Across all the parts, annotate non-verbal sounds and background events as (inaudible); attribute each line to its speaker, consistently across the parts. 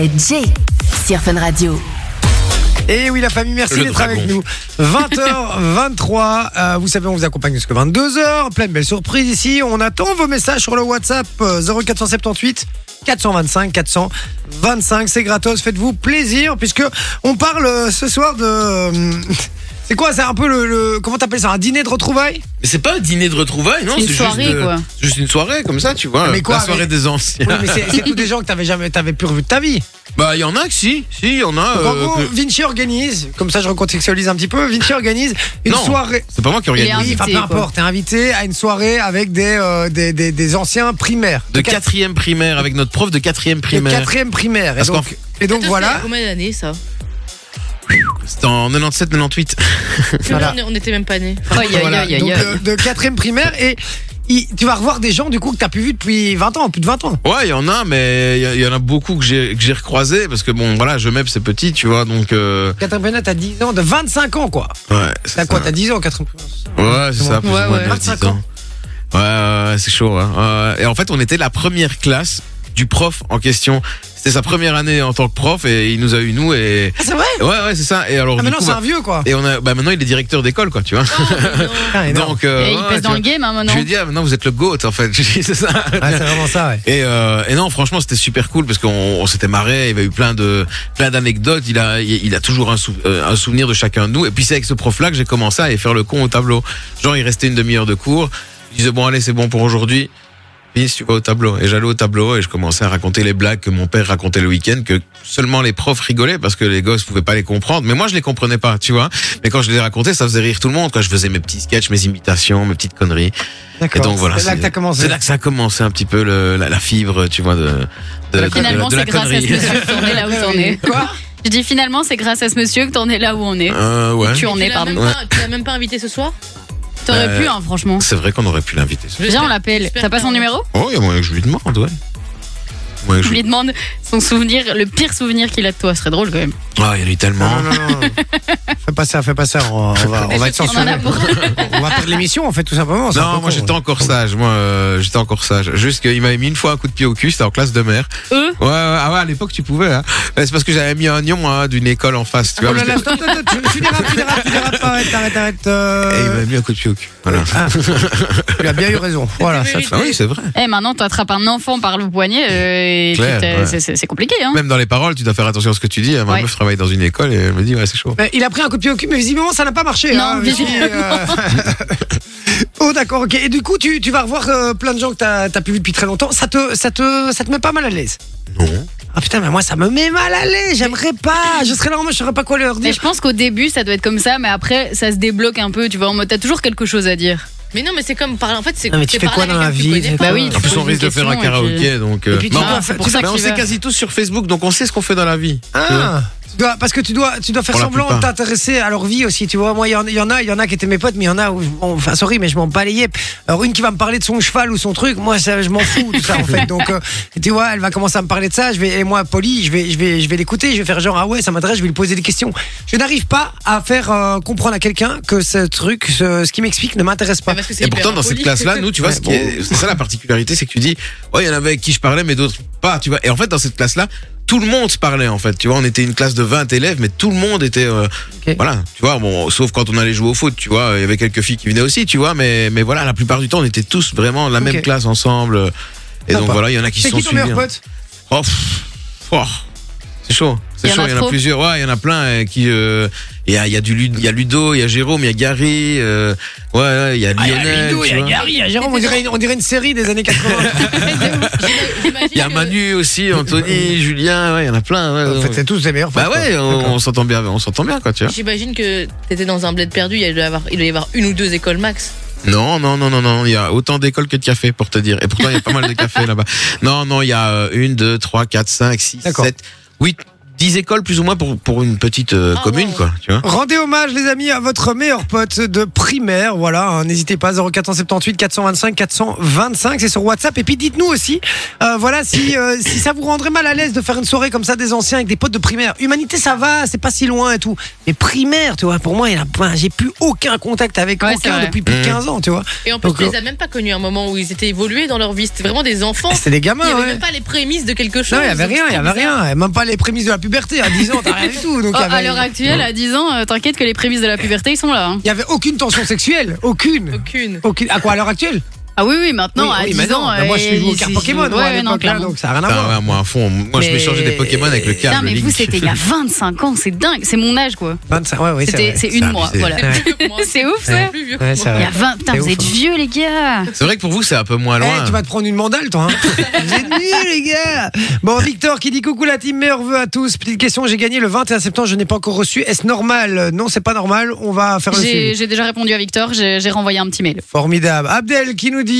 Speaker 1: Et Jay sur Fun Radio.
Speaker 2: Et oui, la famille, merci
Speaker 3: Le
Speaker 2: d'être avec
Speaker 3: dragon.
Speaker 2: nous. 20h23, euh, vous savez, on vous accompagne jusqu'à 22h. Plein de belles surprises ici. On attend vos messages sur le WhatsApp euh, 0478 425 425. C'est gratos, faites-vous plaisir, puisque on parle euh, ce soir de. euh, C'est quoi C'est un peu le. le- comment t'appelles ça Un dîner de retrouvailles
Speaker 3: Mais c'est pas un dîner de retrouvailles, non
Speaker 4: C'est une
Speaker 3: juste,
Speaker 4: soirée,
Speaker 3: euh,
Speaker 4: quoi.
Speaker 3: c'est juste une soirée comme ça, tu vois.
Speaker 2: Mais quoi,
Speaker 3: la soirée
Speaker 2: avec-
Speaker 3: des anciens.
Speaker 2: Oui, mais c'est c'est tous des gens que t'avais jamais, t'avais plus revu de ta vie.
Speaker 3: Bah, il y en a que si, si, il y en a.
Speaker 2: Donc, en
Speaker 3: euh,
Speaker 2: gros,
Speaker 3: que-
Speaker 2: Vinci organise, comme ça je recontextualise un petit peu, Vinci organise une
Speaker 3: Non.
Speaker 2: soirée.
Speaker 3: C'est pas moi qui
Speaker 4: T'es
Speaker 3: organise.
Speaker 2: Oui, enfin, peu
Speaker 4: invité, quoi.
Speaker 2: importe, t'es invité à une soirée avec des, euh, des, des, des anciens primaires.
Speaker 3: De
Speaker 2: quat-
Speaker 3: quatrième primaire, avec notre prof de quatrième
Speaker 2: de
Speaker 3: primaire.
Speaker 2: quatrième primaire. Et
Speaker 3: Parce
Speaker 2: donc, et donc
Speaker 4: Attends, c'est
Speaker 2: voilà.
Speaker 4: à Combien
Speaker 2: (laughs)
Speaker 4: d'années ça
Speaker 3: C'était en 97-98.
Speaker 2: Voilà.
Speaker 4: On n'était même pas nés.
Speaker 2: Donc, voilà. Donc, euh, de quatrième primaire et il- tu vas revoir des gens du coup que t'as plus vu depuis 20 ans, plus de 20 ans.
Speaker 3: Ouais, il y en a, mais il y a- il y, en a beaucoup que j'ai que j'ai recroisé parce que bon, voilà, je meuble c'est petit, tu vois, donc. euh,
Speaker 2: Quatrième primaire, t'as 10 ans, de 25 ans quoi.
Speaker 3: ouais, c'est
Speaker 2: T'as quoi
Speaker 3: ça.
Speaker 2: T'as 10 ans, quatrième primaire
Speaker 3: Ouais, c'est ça, plus
Speaker 4: Ouais,
Speaker 3: ou moins 9,
Speaker 4: ouais.
Speaker 2: 25
Speaker 3: 10 ans.
Speaker 2: ans.
Speaker 3: Ouais, ouais, ouais, c'est chaud. hein. Ouais, ouais. et en fait, on était la première classe du prof en question. C'était sa première année en tant que prof et il nous a eu nous et
Speaker 2: Ah, c'est vrai
Speaker 3: ouais ouais c'est ça et alors
Speaker 2: Ah,
Speaker 3: du
Speaker 2: maintenant
Speaker 3: coup,
Speaker 2: c'est
Speaker 3: bah,
Speaker 2: un vieux quoi.
Speaker 3: et on a bah maintenant il est directeur d'école quoi tu vois
Speaker 4: (laughs)
Speaker 5: Oh,
Speaker 2: Ah, énorme.
Speaker 3: donc euh,
Speaker 4: Et il
Speaker 3: ouais,
Speaker 4: pèse
Speaker 3: tu
Speaker 4: dans
Speaker 3: vois.
Speaker 4: le game hein, maintenant.
Speaker 3: je lui ai dit ah, maintenant vous êtes le goat en fait (laughs) Je lui ai dit, c'est ça
Speaker 2: Ah, c'est vraiment ça, ouais.
Speaker 3: et, euh, et non, franchement, c'était super cool parce qu'on on s'était marré. Il y a eu plein de plein d'anecdotes. Il a il il a toujours un, sou- euh, un souvenir de chacun de nous. Et puis c'est avec ce prof-là que j'ai commencé à aller faire le con au tableau. Genre, il restait une demi-heure de cours. Il disait bon allez, c'est bon pour aujourd'hui. Vince, tu vas au tableau. Et j'allais au tableau et je commençais à raconter les blagues que mon père racontait le week-end, que seulement les profs rigolaient parce que les gosses pouvaient pas les comprendre. Mais moi, je les comprenais pas, tu vois. Mais quand je les racontais, ça faisait rire tout le monde. Quand je faisais mes petits sketchs, mes imitations, mes petites conneries. Et
Speaker 2: D'accord.
Speaker 3: donc voilà,
Speaker 2: C'est là que t'as
Speaker 3: c'est
Speaker 2: commencé.
Speaker 3: là que ça a commencé un petit peu le- la, la fibre, tu vois, de, de, de- de-
Speaker 4: Finalement,
Speaker 3: de
Speaker 4: c'est
Speaker 3: la
Speaker 4: grâce à ce
Speaker 3: connerie.
Speaker 4: monsieur que t'en es là où t'en es.
Speaker 2: Quoi
Speaker 4: Je dis finalement, c'est grâce à ce monsieur que t'en es là où on est.
Speaker 3: (laughs) Euh, ouais.
Speaker 4: Tu en
Speaker 5: Tu
Speaker 4: es,
Speaker 5: l'as même,
Speaker 4: pardon.
Speaker 5: pas- tu l'as même pas invité ce soir
Speaker 4: T'aurais
Speaker 3: Euh,
Speaker 4: pu, hein, franchement.
Speaker 3: C'est vrai qu'on aurait pu l'inviter. ça.
Speaker 4: Déjà, on l'appelle.
Speaker 5: j'espère
Speaker 4: T'as pas son
Speaker 5: pas.
Speaker 4: numéro
Speaker 3: Oh, il y a moyen que je lui demande, ouais. Ouais, que
Speaker 4: Je
Speaker 3: je...
Speaker 4: lui demande son souvenir, le pire souvenir qu'il a de toi. Ce serait drôle quand même.
Speaker 3: Ah, il y en a eu tellement.
Speaker 2: Non, non, non.
Speaker 3: (laughs)
Speaker 2: non. fais pas ça, fais pas ça. On, on va, on va être
Speaker 4: On en
Speaker 2: censuré.
Speaker 4: a pour.
Speaker 2: On va perdre l'émission en fait, tout simplement. c'est un peu
Speaker 3: Non,
Speaker 2: con,
Speaker 3: moi j'étais
Speaker 2: ouais.
Speaker 3: encore sage. Moi, euh, j'étais encore sage. Juste qu'il m'avait mis une fois un coup de pied au cul. C'était en classe de mer.
Speaker 4: Eux
Speaker 3: Ouais, ouais, ah ouais, à l'époque tu pouvais. Hein. Mais C'est parce que j'avais mis un nion hein, d'une école en face. Tu vois,
Speaker 2: Oh là
Speaker 3: parce
Speaker 2: là,
Speaker 3: que-
Speaker 2: stop, stop, stop, tu- tu dérapes, tu dérapes, tu dérapes, arrête, arrête, arrête.
Speaker 3: Et il m'avait
Speaker 2: euh,
Speaker 3: mis un coup de pied au cul. Voilà.
Speaker 2: Ah, tu as bien eu raison. Voilà, ça te
Speaker 3: Ah oui, c'est vrai.
Speaker 4: Eh, maintenant, t'attrapes un enfant par le poignet. euh, et tu
Speaker 3: Clair,
Speaker 4: t'es-
Speaker 3: ouais.
Speaker 4: c'est- C'est c'est compliqué, hein.
Speaker 3: Même dans les paroles, tu dois faire attention à ce que tu dis. hein. Ma
Speaker 4: Ouais.
Speaker 3: meuf travaille dans une école et elle me dit ouais, c'est chaud.
Speaker 2: Mais il a pris un coup de pied au cul, mais visiblement ça n'a pas marché.
Speaker 4: Non,
Speaker 2: hein,
Speaker 4: visiblement. (laughs)
Speaker 2: euh, oh d'accord, ok. Et du coup, tu, tu vas revoir euh, plein de gens que t'as as pu vu depuis très longtemps. Ça te, ça te, ça te met pas mal à l'aise.
Speaker 3: Non.
Speaker 2: Ah putain, mais moi ça me met mal à l'aise. J'aimerais pas. Je serais là, moi je saurais pas quoi leur
Speaker 4: Mais
Speaker 2: dire.
Speaker 4: je pense qu'au début, ça doit être comme ça, mais après, ça se débloque un peu. Tu vois, en mode, t'as toujours quelque chose à dire.
Speaker 5: Mais non, mais c'est comme parler. En fait, c'est.
Speaker 2: Non, mais tu
Speaker 5: c'est
Speaker 2: fais quoi
Speaker 5: parler
Speaker 2: dans la
Speaker 5: avec quelqu'un que tu
Speaker 2: vie
Speaker 5: connais
Speaker 2: Bah
Speaker 5: pas.
Speaker 4: oui.
Speaker 3: En plus, on
Speaker 4: Pose
Speaker 3: risque
Speaker 4: une
Speaker 3: de faire un
Speaker 4: question et
Speaker 3: karaoké, donc. euh,
Speaker 2: Et puis, tu
Speaker 3: non,
Speaker 2: dois
Speaker 3: on-
Speaker 2: faire-
Speaker 4: pour ça
Speaker 3: mais
Speaker 4: qu'il
Speaker 3: on
Speaker 4: va.
Speaker 3: s'est quasi tous sur Facebook, donc on sait ce qu'on fait dans la vie.
Speaker 2: Ah, tu dois, parce que tu dois, tu dois faire
Speaker 3: Pour la
Speaker 2: semblant de
Speaker 3: plupart.
Speaker 2: t'intéresser à leur vie aussi. Tu vois, moi, il y, en- il y en a, il y en a qui étaient mes potes, mais il y en a où, je m'en- enfin, sorry, mais je m'en balayais. Alors, une qui va me parler de son cheval ou son truc, moi, ça, je m'en fous, tout ça, en fait. Donc, euh, tu vois, elle va commencer à me parler de ça, je vais, et moi, poli, je vais, je vais, je vais l'écouter, je vais faire genre, ah ouais, ça m'intéresse, je vais lui poser des questions. Je n'arrive pas à faire euh, comprendre à quelqu'un que ce truc, ce, ce qui m'explique ne m'intéresse pas.
Speaker 5: Mais parce que c'est
Speaker 3: Et
Speaker 5: hyper
Speaker 3: pourtant, dans
Speaker 5: impoli.
Speaker 3: cette classe-là, nous, tu vois,
Speaker 2: Ouais,
Speaker 3: ce qui est- c'est ça la particularité, c'est que tu dis, ouais, il y en avait avec qui je parlais, mais d'autres pas, tu vois. Et en fait, dans cette classe-là, tout le monde se parlait, en fait. Tu vois, on était une classe de 20 élèves, mais tout le monde était, euh,
Speaker 2: Ok.
Speaker 3: voilà, tu vois, bon, sauf quand on allait jouer au foot, tu vois, il y avait quelques filles qui venaient aussi, tu vois, mais, mais voilà, la plupart du temps, on était tous vraiment la
Speaker 2: Ok.
Speaker 3: même classe ensemble. Et donc,
Speaker 2: Sympa.
Speaker 3: voilà, il y en a qui se
Speaker 2: C'est
Speaker 3: sont
Speaker 2: qui ton
Speaker 3: suivis.
Speaker 2: meilleur
Speaker 3: hein.
Speaker 2: pote
Speaker 3: Oh, pff, oh, c'est chaud, hein. c'est
Speaker 4: Il y en
Speaker 3: chaud.
Speaker 4: a
Speaker 3: Il y en a
Speaker 4: trop.
Speaker 3: plusieurs. Ouais, il y en a plein euh, qui. euh, Il y a, il y a du, Lud- il y a Ludo, il y a Jérôme, il y a Gary. euh, ouais, ouais, il y a
Speaker 2: Ah, il y a
Speaker 3: Lionel.
Speaker 2: Ludo,
Speaker 3: tu
Speaker 2: il y a
Speaker 3: vois.
Speaker 2: Gary, il y a Jérôme, on dirait, une- on dirait une série des années
Speaker 3: (laughs)
Speaker 2: 80.
Speaker 5: (laughs) J'imagine
Speaker 3: Il y a
Speaker 5: que-
Speaker 3: Manu (laughs) aussi, Anthony, Julien. Ouais, il y en a plein. ouais,
Speaker 2: en
Speaker 3: ouais.
Speaker 2: fait, c'est tous les meilleurs potes.
Speaker 3: bah
Speaker 2: quoi.
Speaker 3: ouais, on, on s'entend bien, on s'entend bien
Speaker 2: hein.
Speaker 3: quoi, tu vois.
Speaker 5: J'imagine que t'étais dans un bled perdu. Il doit y avoir, il doit y avoir une ou deux écoles max.
Speaker 3: Non, non, non, non, non. Il y a autant d'écoles que de cafés pour te dire. Et pourtant, il y a pas mal de cafés là-bas. Non, non, il y a euh, une, deux, trois, quatre, cinq, six,
Speaker 2: D'accord.
Speaker 3: sept, huit, 10 écoles plus ou moins pour, pour une petite euh,
Speaker 5: Ah,
Speaker 3: commune,
Speaker 5: ouais.
Speaker 3: quoi. Tu vois
Speaker 2: Rendez hommage, les amis, à votre meilleur pote de primaire. Voilà, hein, n'hésitez pas, 0478 425 425, c'est sur WhatsApp. Et puis dites-nous aussi, euh, voilà, si, euh, si ça vous rendrait mal à l'aise de faire une soirée comme ça des anciens avec des potes de primaire. Humanité, ça va, c'est pas si loin et tout. Mais primaire, tu vois, pour moi, il y en a pas- j'ai plus aucun contact avec
Speaker 4: Ouais, c'est
Speaker 2: aucun
Speaker 4: vrai.
Speaker 2: depuis plus de
Speaker 3: Mmh.
Speaker 2: 15 ans, tu vois.
Speaker 5: Et en plus,
Speaker 2: Donc,
Speaker 5: tu
Speaker 2: euh,
Speaker 5: les as même pas connus à un moment où ils étaient évolués dans leur vie. C'était vraiment des enfants.
Speaker 2: C'était des gamins,
Speaker 5: Il n'y avait
Speaker 2: Ah, ouais.
Speaker 5: même pas les prémices de quelque chose.
Speaker 2: Non, il y avait rien, il y avait rien. Même pas les prémices de la puberté. À 10 ans, t'as rien du tout. Donc,
Speaker 4: Oh,
Speaker 2: il y avait-
Speaker 4: à l'heure actuelle, à 10 ans, euh, t'inquiète que les prémices de la puberté, ils sont là. hein.
Speaker 2: il y avait aucune tension sexuelle. Aucune.
Speaker 5: Aucune.
Speaker 2: Aucune. À quoi, à l'heure actuelle
Speaker 4: Ah oui, oui, maintenant,
Speaker 2: oui,
Speaker 4: à
Speaker 2: oui,
Speaker 4: 10
Speaker 2: mais non.
Speaker 4: ans.
Speaker 2: Bah, moi,
Speaker 4: euh,
Speaker 2: je joue aux
Speaker 4: ils-
Speaker 2: cartes
Speaker 4: ils-
Speaker 2: Pokémon, moi, à
Speaker 4: ouais, non,
Speaker 2: l'époque, là,
Speaker 4: clairement.
Speaker 2: donc ça n'a rien à
Speaker 3: Putain,
Speaker 2: voir.
Speaker 3: ouais, moi à fond, moi je me
Speaker 2: Mais-
Speaker 3: changeais des Pokémon avec le câble.
Speaker 4: Putain, mais
Speaker 3: Link.
Speaker 4: vous, c'était il y a 25 ans, c'est dingue, c'est mon âge quoi.
Speaker 2: 25, ouais, oui, c'est
Speaker 4: C'était-
Speaker 2: vrai.
Speaker 4: C'est
Speaker 3: C'est
Speaker 4: une moi,
Speaker 3: abusé.
Speaker 4: voilà.
Speaker 2: Ouais.
Speaker 5: Plus vieux que (laughs) moi.
Speaker 4: (laughs) C'est ouf ça
Speaker 5: Plus vieux que
Speaker 2: Ouais,
Speaker 5: moi.
Speaker 2: c'est
Speaker 4: Il y
Speaker 2: vrai.
Speaker 4: a 20... Putain,
Speaker 2: C'est
Speaker 4: vous
Speaker 2: ouf,
Speaker 4: êtes
Speaker 2: hein.
Speaker 4: vieux les gars
Speaker 3: (laughs) C'est vrai que pour vous c'est un peu moins loin.
Speaker 2: Eh, tu vas te prendre une mandale, toi. (laughs) Hein. Vous êtes nuls, les gars. Bon, Victor qui dit coucou la team, meilleurs vœux à tous. Petite question, j'ai gagné le 21 septembre, je n'ai pas encore reçu. Est-ce normal Non, c'est pas normal. On va faire le
Speaker 4: J'ai
Speaker 2: suivi.
Speaker 4: j'ai déjà répondu à Victor, j'ai j'ai renvoyé un petit mail.
Speaker 2: Formidable. Abdel qui nous dit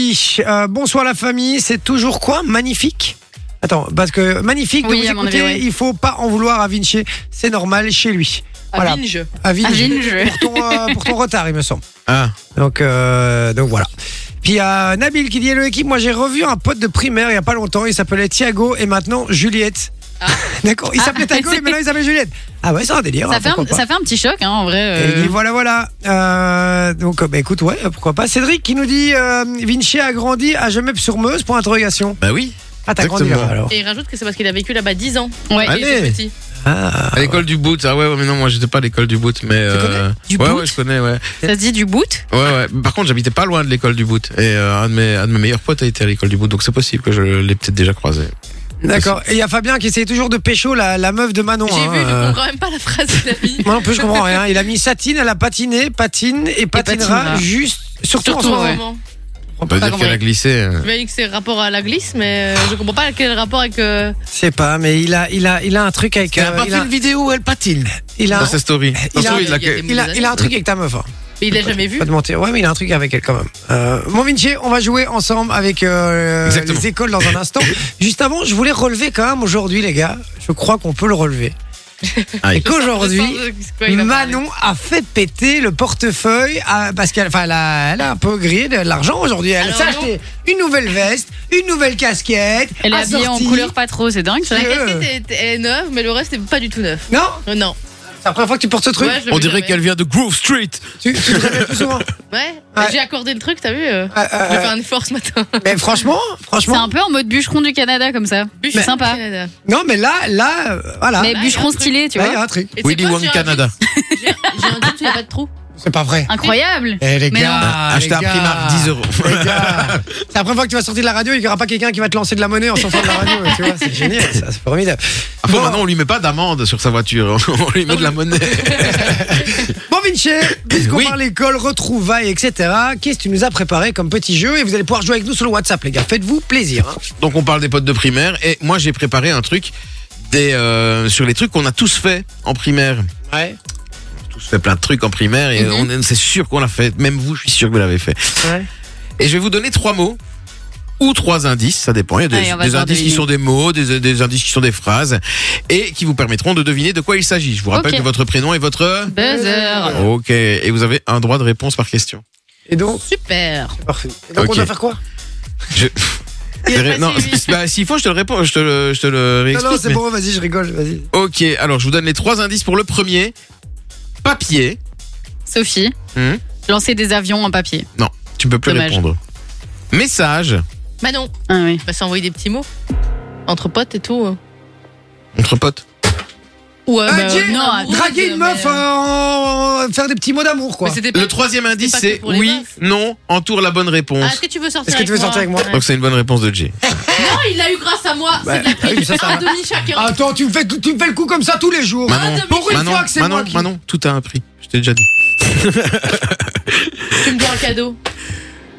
Speaker 2: euh, bonsoir la famille, c'est toujours quoi Magnifique Attends, parce que magnifique,
Speaker 4: Oui,
Speaker 2: de vous
Speaker 4: à mon
Speaker 2: écouter,
Speaker 4: avis, ouais.
Speaker 2: il faut pas en vouloir à Vinci. C'est normal chez lui.
Speaker 5: À
Speaker 2: Voilà.
Speaker 5: Binge.
Speaker 2: À Vinci.
Speaker 4: Ah, j'ai une jeu.
Speaker 2: Pour ton, euh, pour ton retard, il me semble.
Speaker 3: Ah,
Speaker 2: Donc, euh, donc voilà. Puis il y a Nabil qui dit Hello équipe, moi j'ai revu un pote de primaire il y a pas longtemps, il s'appelait Thiago et maintenant Juliette. (laughs) D'accord, il s'appelait Thiago et maintenant il s'appelle Juliette. Ah ouais, c'est un délire. hein,
Speaker 4: Ça fait, un,
Speaker 2: pourquoi pas.
Speaker 4: ça fait un petit choc, hein, en vrai.
Speaker 2: Et il
Speaker 4: euh.
Speaker 2: dit, voilà, voilà. Euh, donc, euh, bah, écoute, ouais, pourquoi pas. Cédric qui nous dit euh, Vinci a grandi à Gemep-sur-Meuse pour interrogation.
Speaker 3: bah oui.
Speaker 2: Ah, t'as grandi
Speaker 3: Exactement.
Speaker 2: là alors.
Speaker 5: Et il rajoute que c'est parce qu'il a vécu là-bas 10 ans.
Speaker 4: Ouais.
Speaker 5: Et il était
Speaker 3: Allez.
Speaker 5: petit.
Speaker 2: Ah,
Speaker 3: À l'école du boot. Ah ouais, ouais, mais non, moi j'étais pas à l'école du boot, mais. euh,
Speaker 4: Du
Speaker 3: ouais,
Speaker 4: boot
Speaker 3: ouais, je connais, ouais.
Speaker 4: Ça se dit du boot
Speaker 3: Ouais, ouais. Par contre, j'habitais pas loin de l'école du boot. Et euh, un, de mes, un de mes meilleurs potes a été à l'école du boot, donc c'est possible que je l'ai peut-être déjà croisé.
Speaker 2: D'accord. Et il y a Fabien qui essayait toujours de pécho la, la meuf de Manon.
Speaker 5: J'ai
Speaker 2: hein,
Speaker 5: vu, je
Speaker 2: euh.
Speaker 5: comprends même pas la phrase de la vie.
Speaker 2: (laughs) Moi non plus, je comprends rien. Il a mis satine, elle a patiné, patine et patinera,
Speaker 4: patinera.
Speaker 2: juste. Surtout, en ce
Speaker 4: Surtout,
Speaker 2: moment.
Speaker 4: ouais.
Speaker 5: Vraiment.
Speaker 3: On peut
Speaker 4: Pas
Speaker 3: dire qu'elle a
Speaker 4: compris.
Speaker 3: glissé. euh.
Speaker 5: J'imagine que c'est rapport à la glisse, mais euh, je comprends pas quel rapport avec. euh,
Speaker 2: Je sais pas, mais il a, il a, il a un truc avec. euh, il, a,
Speaker 3: vidéo où elle patine.
Speaker 2: il, a,
Speaker 3: Dans ses stories.
Speaker 2: Il
Speaker 3: Dans
Speaker 2: a-
Speaker 3: story de la-
Speaker 5: il y a des-
Speaker 2: il a- il a un truc avec ta meuf. Hein.
Speaker 5: Mais il l'a jamais vu.
Speaker 2: Pas te mentir. Ouais, mais il a un truc avec elle quand même. Euh, mon Vinci, on va jouer ensemble avec euh,
Speaker 3: Exactement.
Speaker 2: les écoles dans un instant. Juste avant, je voulais relever quand même aujourd'hui, les gars. Je crois qu'on peut le relever.
Speaker 3: Aïe.
Speaker 2: Et qu'aujourd'hui.
Speaker 5: Je sens de quoi il va parler.
Speaker 2: Manon a fait péter le portefeuille à- parce qu'elle enfin, elle a, elle a un peu grillé de l'argent aujourd'hui. Elle
Speaker 5: Alors,
Speaker 2: s'est
Speaker 5: non.
Speaker 2: acheté une nouvelle veste, une nouvelle casquette.
Speaker 4: Elle est habillée en
Speaker 2: assortie.
Speaker 4: couleur pas trop, c'est dingue ça.
Speaker 5: La
Speaker 2: Euh.
Speaker 5: casquette est, est neuve, mais le reste n'est pas du tout neuf.
Speaker 2: Non,
Speaker 5: Euh, Non.
Speaker 2: c'est la première fois que tu portes ce truc.
Speaker 5: Ouais, je le
Speaker 3: On
Speaker 5: mets
Speaker 3: dirait
Speaker 5: jamais.
Speaker 3: qu'elle vient de Grove Street.
Speaker 2: Tu, tu le réveilles plus
Speaker 5: (laughs)
Speaker 2: souvent.
Speaker 5: Ouais.
Speaker 2: Ouais.
Speaker 5: J'ai accordé le truc, t'as vu euh,
Speaker 2: Euh, euh,
Speaker 5: J'ai fait un effort
Speaker 2: (laughs)
Speaker 5: ce matin.
Speaker 2: Mais franchement,
Speaker 4: C'est
Speaker 2: franchement.
Speaker 4: un peu en mode bûcheron du Canada comme ça.
Speaker 5: Mais-
Speaker 4: C'est sympa.
Speaker 5: Canada.
Speaker 2: Non, mais là, là, euh, voilà.
Speaker 4: Mais
Speaker 5: Ah,
Speaker 4: bûcheron
Speaker 5: il y a un
Speaker 4: stylé, tu
Speaker 2: Là, il y
Speaker 4: vois.
Speaker 2: a un truc.
Speaker 5: Et
Speaker 3: Willy
Speaker 5: c'est quoi,
Speaker 3: Wong
Speaker 5: j'ai un
Speaker 3: Canada.
Speaker 5: doute-
Speaker 2: (laughs)
Speaker 5: J'ai j'ai un doute, il n'y a pas de trou.
Speaker 2: C'est pas vrai.
Speaker 4: Incroyable.
Speaker 2: Eh les
Speaker 4: Mais
Speaker 2: gars,
Speaker 4: non.
Speaker 2: les
Speaker 3: Acheter un
Speaker 2: gars,
Speaker 3: Primark 10 euros.
Speaker 2: les gars. C'est la première fois que tu vas sortir de la radio et qu'il n'y aura pas quelqu'un qui va te lancer de la monnaie en sortant de la radio. tu vois, c'est génial, ça, c'est formidable.
Speaker 3: (laughs) Après,
Speaker 2: Bon.
Speaker 3: maintenant, on lui met pas d'amende sur sa voiture. (laughs) On lui met de la monnaie.
Speaker 2: Bon Vinci, puisqu'on
Speaker 3: Oui.
Speaker 2: parle école, retrouvailles, etc. Qu'est-ce que tu nous as préparé comme petit jeu Et vous allez pouvoir jouer avec nous sur le WhatsApp, les gars. Faites-vous plaisir. hein.
Speaker 3: Donc on parle des potes de primaire et moi j'ai préparé un truc des, euh, sur les trucs qu'on a tous fait en primaire.
Speaker 2: Ouais.
Speaker 3: Tous fait plein de trucs en primaire et
Speaker 4: Mhm.
Speaker 3: on est- c'est sûr qu'on l'a fait. Même vous, je suis sûr que vous l'avez fait.
Speaker 2: Ouais.
Speaker 3: Et je vais vous donner trois mots ou trois indices, ça dépend. Il y a des,
Speaker 4: Allez, on va
Speaker 3: des
Speaker 4: devoir
Speaker 3: indices qui
Speaker 4: deviner.
Speaker 3: sont des mots, des, des indices qui sont des phrases et qui vous permettront de deviner de quoi il s'agit. Je vous rappelle
Speaker 4: Ok.
Speaker 3: que votre prénom et votre...
Speaker 4: Buzzer.
Speaker 3: Ok, et vous avez un droit de réponse par question.
Speaker 2: Et donc,
Speaker 5: Super.
Speaker 2: parfait. Et donc
Speaker 3: Ok.
Speaker 2: on doit faire quoi
Speaker 3: Je-
Speaker 5: Il a pas
Speaker 3: Non,
Speaker 5: suivi.
Speaker 3: bah, s'il faut, je te le réponds, je te le, je te le
Speaker 2: Non,
Speaker 3: réexplique.
Speaker 2: non, c'est
Speaker 3: mais-
Speaker 2: bon, vas-y, je rigole,
Speaker 5: Euh,
Speaker 2: vas-y.
Speaker 3: Ok, alors je vous donne les trois indices pour le premier. Papier.
Speaker 4: Sophie.
Speaker 3: Hmm.
Speaker 4: Lancer des avions en papier.
Speaker 3: Tu peux plus
Speaker 4: Dommage.
Speaker 3: répondre. Message.
Speaker 5: Manon,
Speaker 4: Ah oui.
Speaker 5: on va s'envoyer des petits mots. Entre potes et tout. euh.
Speaker 3: Entre potes.
Speaker 5: Ou euh,
Speaker 2: Ah,
Speaker 5: bah,
Speaker 2: Jay,
Speaker 5: non, amoureuse,
Speaker 2: Draguer une
Speaker 5: mais,
Speaker 2: meuf, hein.
Speaker 5: euh,
Speaker 2: euh, en- faire des petits mots d'amour, quoi.
Speaker 5: mais c'était pas-
Speaker 3: Le troisième indice,
Speaker 5: pas que
Speaker 3: c'est
Speaker 5: pour les
Speaker 3: oui,
Speaker 5: meufs.
Speaker 3: non, entoure la bonne
Speaker 5: Ah,
Speaker 3: réponse.
Speaker 5: Est-ce que tu veux sortir
Speaker 2: Est-ce que tu veux sortir avec moi
Speaker 3: Donc c'est une bonne réponse de Jay.
Speaker 5: Non, il l'a eu grâce à moi.
Speaker 2: Bah,
Speaker 5: C'est de la
Speaker 2: ah oui, ça, ça
Speaker 5: Un
Speaker 2: va.
Speaker 5: demi chacun.
Speaker 4: Ah,
Speaker 2: Attends, tu me, fais, tu me fais le coup comme ça tous les jours.
Speaker 3: Manon,
Speaker 2: Pour une
Speaker 3: Manon,
Speaker 2: fois que c'est
Speaker 3: Manon,
Speaker 2: moi qui...
Speaker 3: Manon, tout a un prix. Je t'ai déjà dit.
Speaker 5: Tu me dis un cadeau.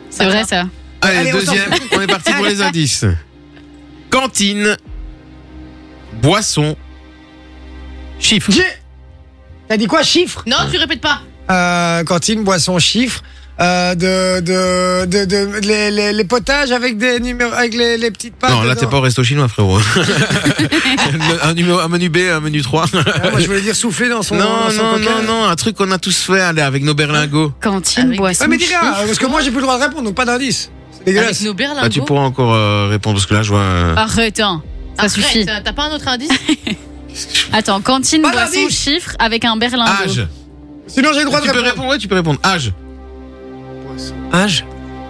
Speaker 4: C'est vrai ça.
Speaker 3: Allez,
Speaker 2: Allez, on
Speaker 3: deuxième, on est parti pour les indices. Cantine. Boisson. Chiffre.
Speaker 2: Jay T'as dit quoi, chiffre
Speaker 5: Non, tu répètes pas.
Speaker 2: Euh, cantine, boisson, chiffre. euh, de, de, de, de- les, les- les potages avec des numéros, avec les, les petites pattes.
Speaker 3: non, là, t'es
Speaker 2: dedans.
Speaker 3: pas au resto chinois, frérot. Le- un, numéro- un menu B, un menu 3.
Speaker 2: Ah, moi, je voulais dire souffler dans son. dans
Speaker 3: non,
Speaker 2: son
Speaker 3: non,
Speaker 2: coca.
Speaker 3: non, non, un truc qu'on a tous fait, allez, avec nos berlingots.
Speaker 4: Cantine,
Speaker 5: Avec-
Speaker 4: boisson.
Speaker 2: Ouais, mais dis rien, parce que moi, j'ai plus le droit de répondre, donc pas d'indice. C'est
Speaker 5: Avec
Speaker 2: dégueulasse.
Speaker 5: nos
Speaker 4: Ah
Speaker 5: berlingots.
Speaker 3: Bah, tu pourras encore euh, répondre, parce que là, je vois. euh,
Speaker 4: Arrête, hein. Ça
Speaker 5: Arrête,
Speaker 4: suffit.
Speaker 5: euh, T'as pas un autre indice
Speaker 4: Attends, cantine,
Speaker 2: Pas
Speaker 4: boisson,
Speaker 2: d'indice.
Speaker 4: chiffre avec un berlingot.
Speaker 3: Âge.
Speaker 2: Sinon, j'ai le droit de
Speaker 3: Tu peux
Speaker 2: répondre.
Speaker 3: répondre, ouais, tu peux répondre. Âge.
Speaker 2: Âge.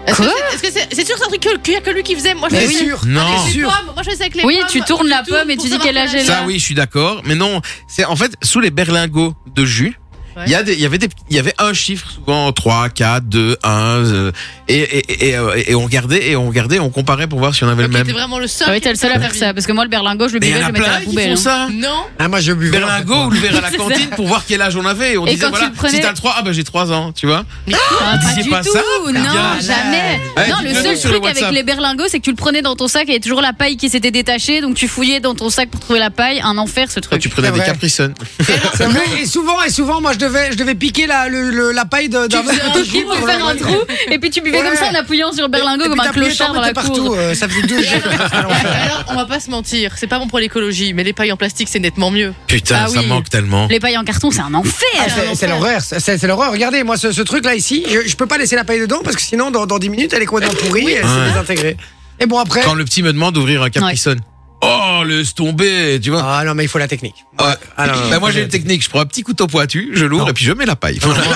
Speaker 5: Est-ce que
Speaker 4: Quoi
Speaker 5: c'est- Est-ce que c'est c'est sûr que c'est un truc que, qu'il y a que lui qui faisait Moi je
Speaker 2: Mais
Speaker 5: faisais
Speaker 2: sûr.
Speaker 3: Non.
Speaker 4: Ah,
Speaker 5: avec les
Speaker 2: sûr.
Speaker 5: pommes. Moi je faisais avec les
Speaker 4: Oui,
Speaker 5: pommes.
Speaker 4: tu tournes la pomme et
Speaker 5: pour
Speaker 4: tu dis
Speaker 5: savoir
Speaker 4: quel âge elle
Speaker 5: a.
Speaker 4: là.
Speaker 3: Ça, oui, je suis d'accord. Mais non, c'est en fait sous les berlingots de jus. Il
Speaker 5: Ouais.
Speaker 3: y, a des- il y avait des, il y avait un chiffre souvent 3, 4, 2, 1 euh, et, et, et, euh, et on regardait et on regardait on comparait pour voir si on avait
Speaker 5: Ok,
Speaker 3: le
Speaker 5: t'es
Speaker 3: même.
Speaker 5: vraiment le seul.
Speaker 4: Ah oui,
Speaker 5: qui
Speaker 4: t'es le seul à
Speaker 5: fait
Speaker 4: faire
Speaker 5: vie.
Speaker 4: ça, parce que moi, le berlingot, je le
Speaker 3: Mais il y
Speaker 4: buvais, je
Speaker 3: en
Speaker 4: le
Speaker 3: a
Speaker 4: mettais à
Speaker 3: plein
Speaker 4: la
Speaker 3: qui
Speaker 4: poubelle.
Speaker 3: font
Speaker 4: hein.
Speaker 3: ça.
Speaker 5: Non.
Speaker 2: Ah, moi, je buvais. en fait,
Speaker 3: Berlingot
Speaker 2: moi.
Speaker 3: ou le verre à la
Speaker 4: C'est
Speaker 3: cantine pour voir quel âge on avait et on
Speaker 4: Et
Speaker 3: disait
Speaker 4: quand
Speaker 3: voilà
Speaker 4: tu le prenais-
Speaker 3: si t'as le 3 ah ben j'ai 3 ans tu vois.
Speaker 4: Ah,
Speaker 3: Vous
Speaker 4: pas
Speaker 3: disiez
Speaker 4: du
Speaker 3: pas
Speaker 4: tout,
Speaker 3: ça
Speaker 4: non,
Speaker 3: Malade.
Speaker 4: jamais.
Speaker 3: Eh,
Speaker 4: non, le
Speaker 3: dites-le
Speaker 4: seul
Speaker 3: nous sur le
Speaker 4: truc avec
Speaker 3: WhatsApp.
Speaker 4: les berlingots, c'est que tu le prenais dans ton sac et il y avait toujours la paille qui s'était détachée, donc tu fouillais dans ton sac pour trouver la paille. Un enfer, ce
Speaker 3: Quand
Speaker 4: truc.
Speaker 3: Ah, tu prenais
Speaker 2: C'est
Speaker 3: des
Speaker 2: vrai.
Speaker 3: Capri Sun.
Speaker 2: C'est vrai, Et souvent, et souvent, moi, je devais, je devais piquer la, le- le- la paille de- d'un
Speaker 4: Tu faisais un
Speaker 2: petit
Speaker 4: trou pour faire un trou, et puis tu buvais
Speaker 2: Ouais.
Speaker 4: comme ça en appuyant sur le berlingot
Speaker 2: Et puis
Speaker 4: comme un
Speaker 2: t'appuyais,
Speaker 4: clochard
Speaker 2: t'en
Speaker 4: dans la
Speaker 2: mettais partout,
Speaker 3: hein.
Speaker 4: cour.
Speaker 2: euh, ça faisait deux
Speaker 5: (laughs)
Speaker 2: jeux.
Speaker 5: Et Alors, on va pas se mentir, c'est pas bon pour l'écologie, mais les pailles en plastique c'est
Speaker 2: (laughs)
Speaker 5: nettement mieux.
Speaker 3: (laughs) Putain
Speaker 4: Ah
Speaker 3: ça
Speaker 4: oui.
Speaker 3: manque tellement.
Speaker 4: Les pailles en carton, c'est un
Speaker 2: Ah,
Speaker 4: enfer.
Speaker 2: c'est- c'est l'horreur, c'est c'est l'horreur. Regardez, moi, ce, ce truc-là ici, je, je peux pas laisser la paille dedans parce que sinon, dans, dans 10 minutes, elle est complètement pourrie et elle s'est
Speaker 3: Ouais.
Speaker 2: désintégrée. Et bon, après.
Speaker 3: Quand le petit me demande d'ouvrir un Capri
Speaker 4: Ouais.
Speaker 3: Sun. Oh laisse tomber tu vois.
Speaker 2: Ah non, mais il faut la technique.
Speaker 3: Ouais.
Speaker 2: Ah, non, non,
Speaker 3: Bah,
Speaker 2: non,
Speaker 3: moi j'ai
Speaker 2: j'ai-
Speaker 3: une technique je prends un petit couteau pointu je l'ouvre
Speaker 2: Non.
Speaker 3: et puis je mets la paille. (laughs)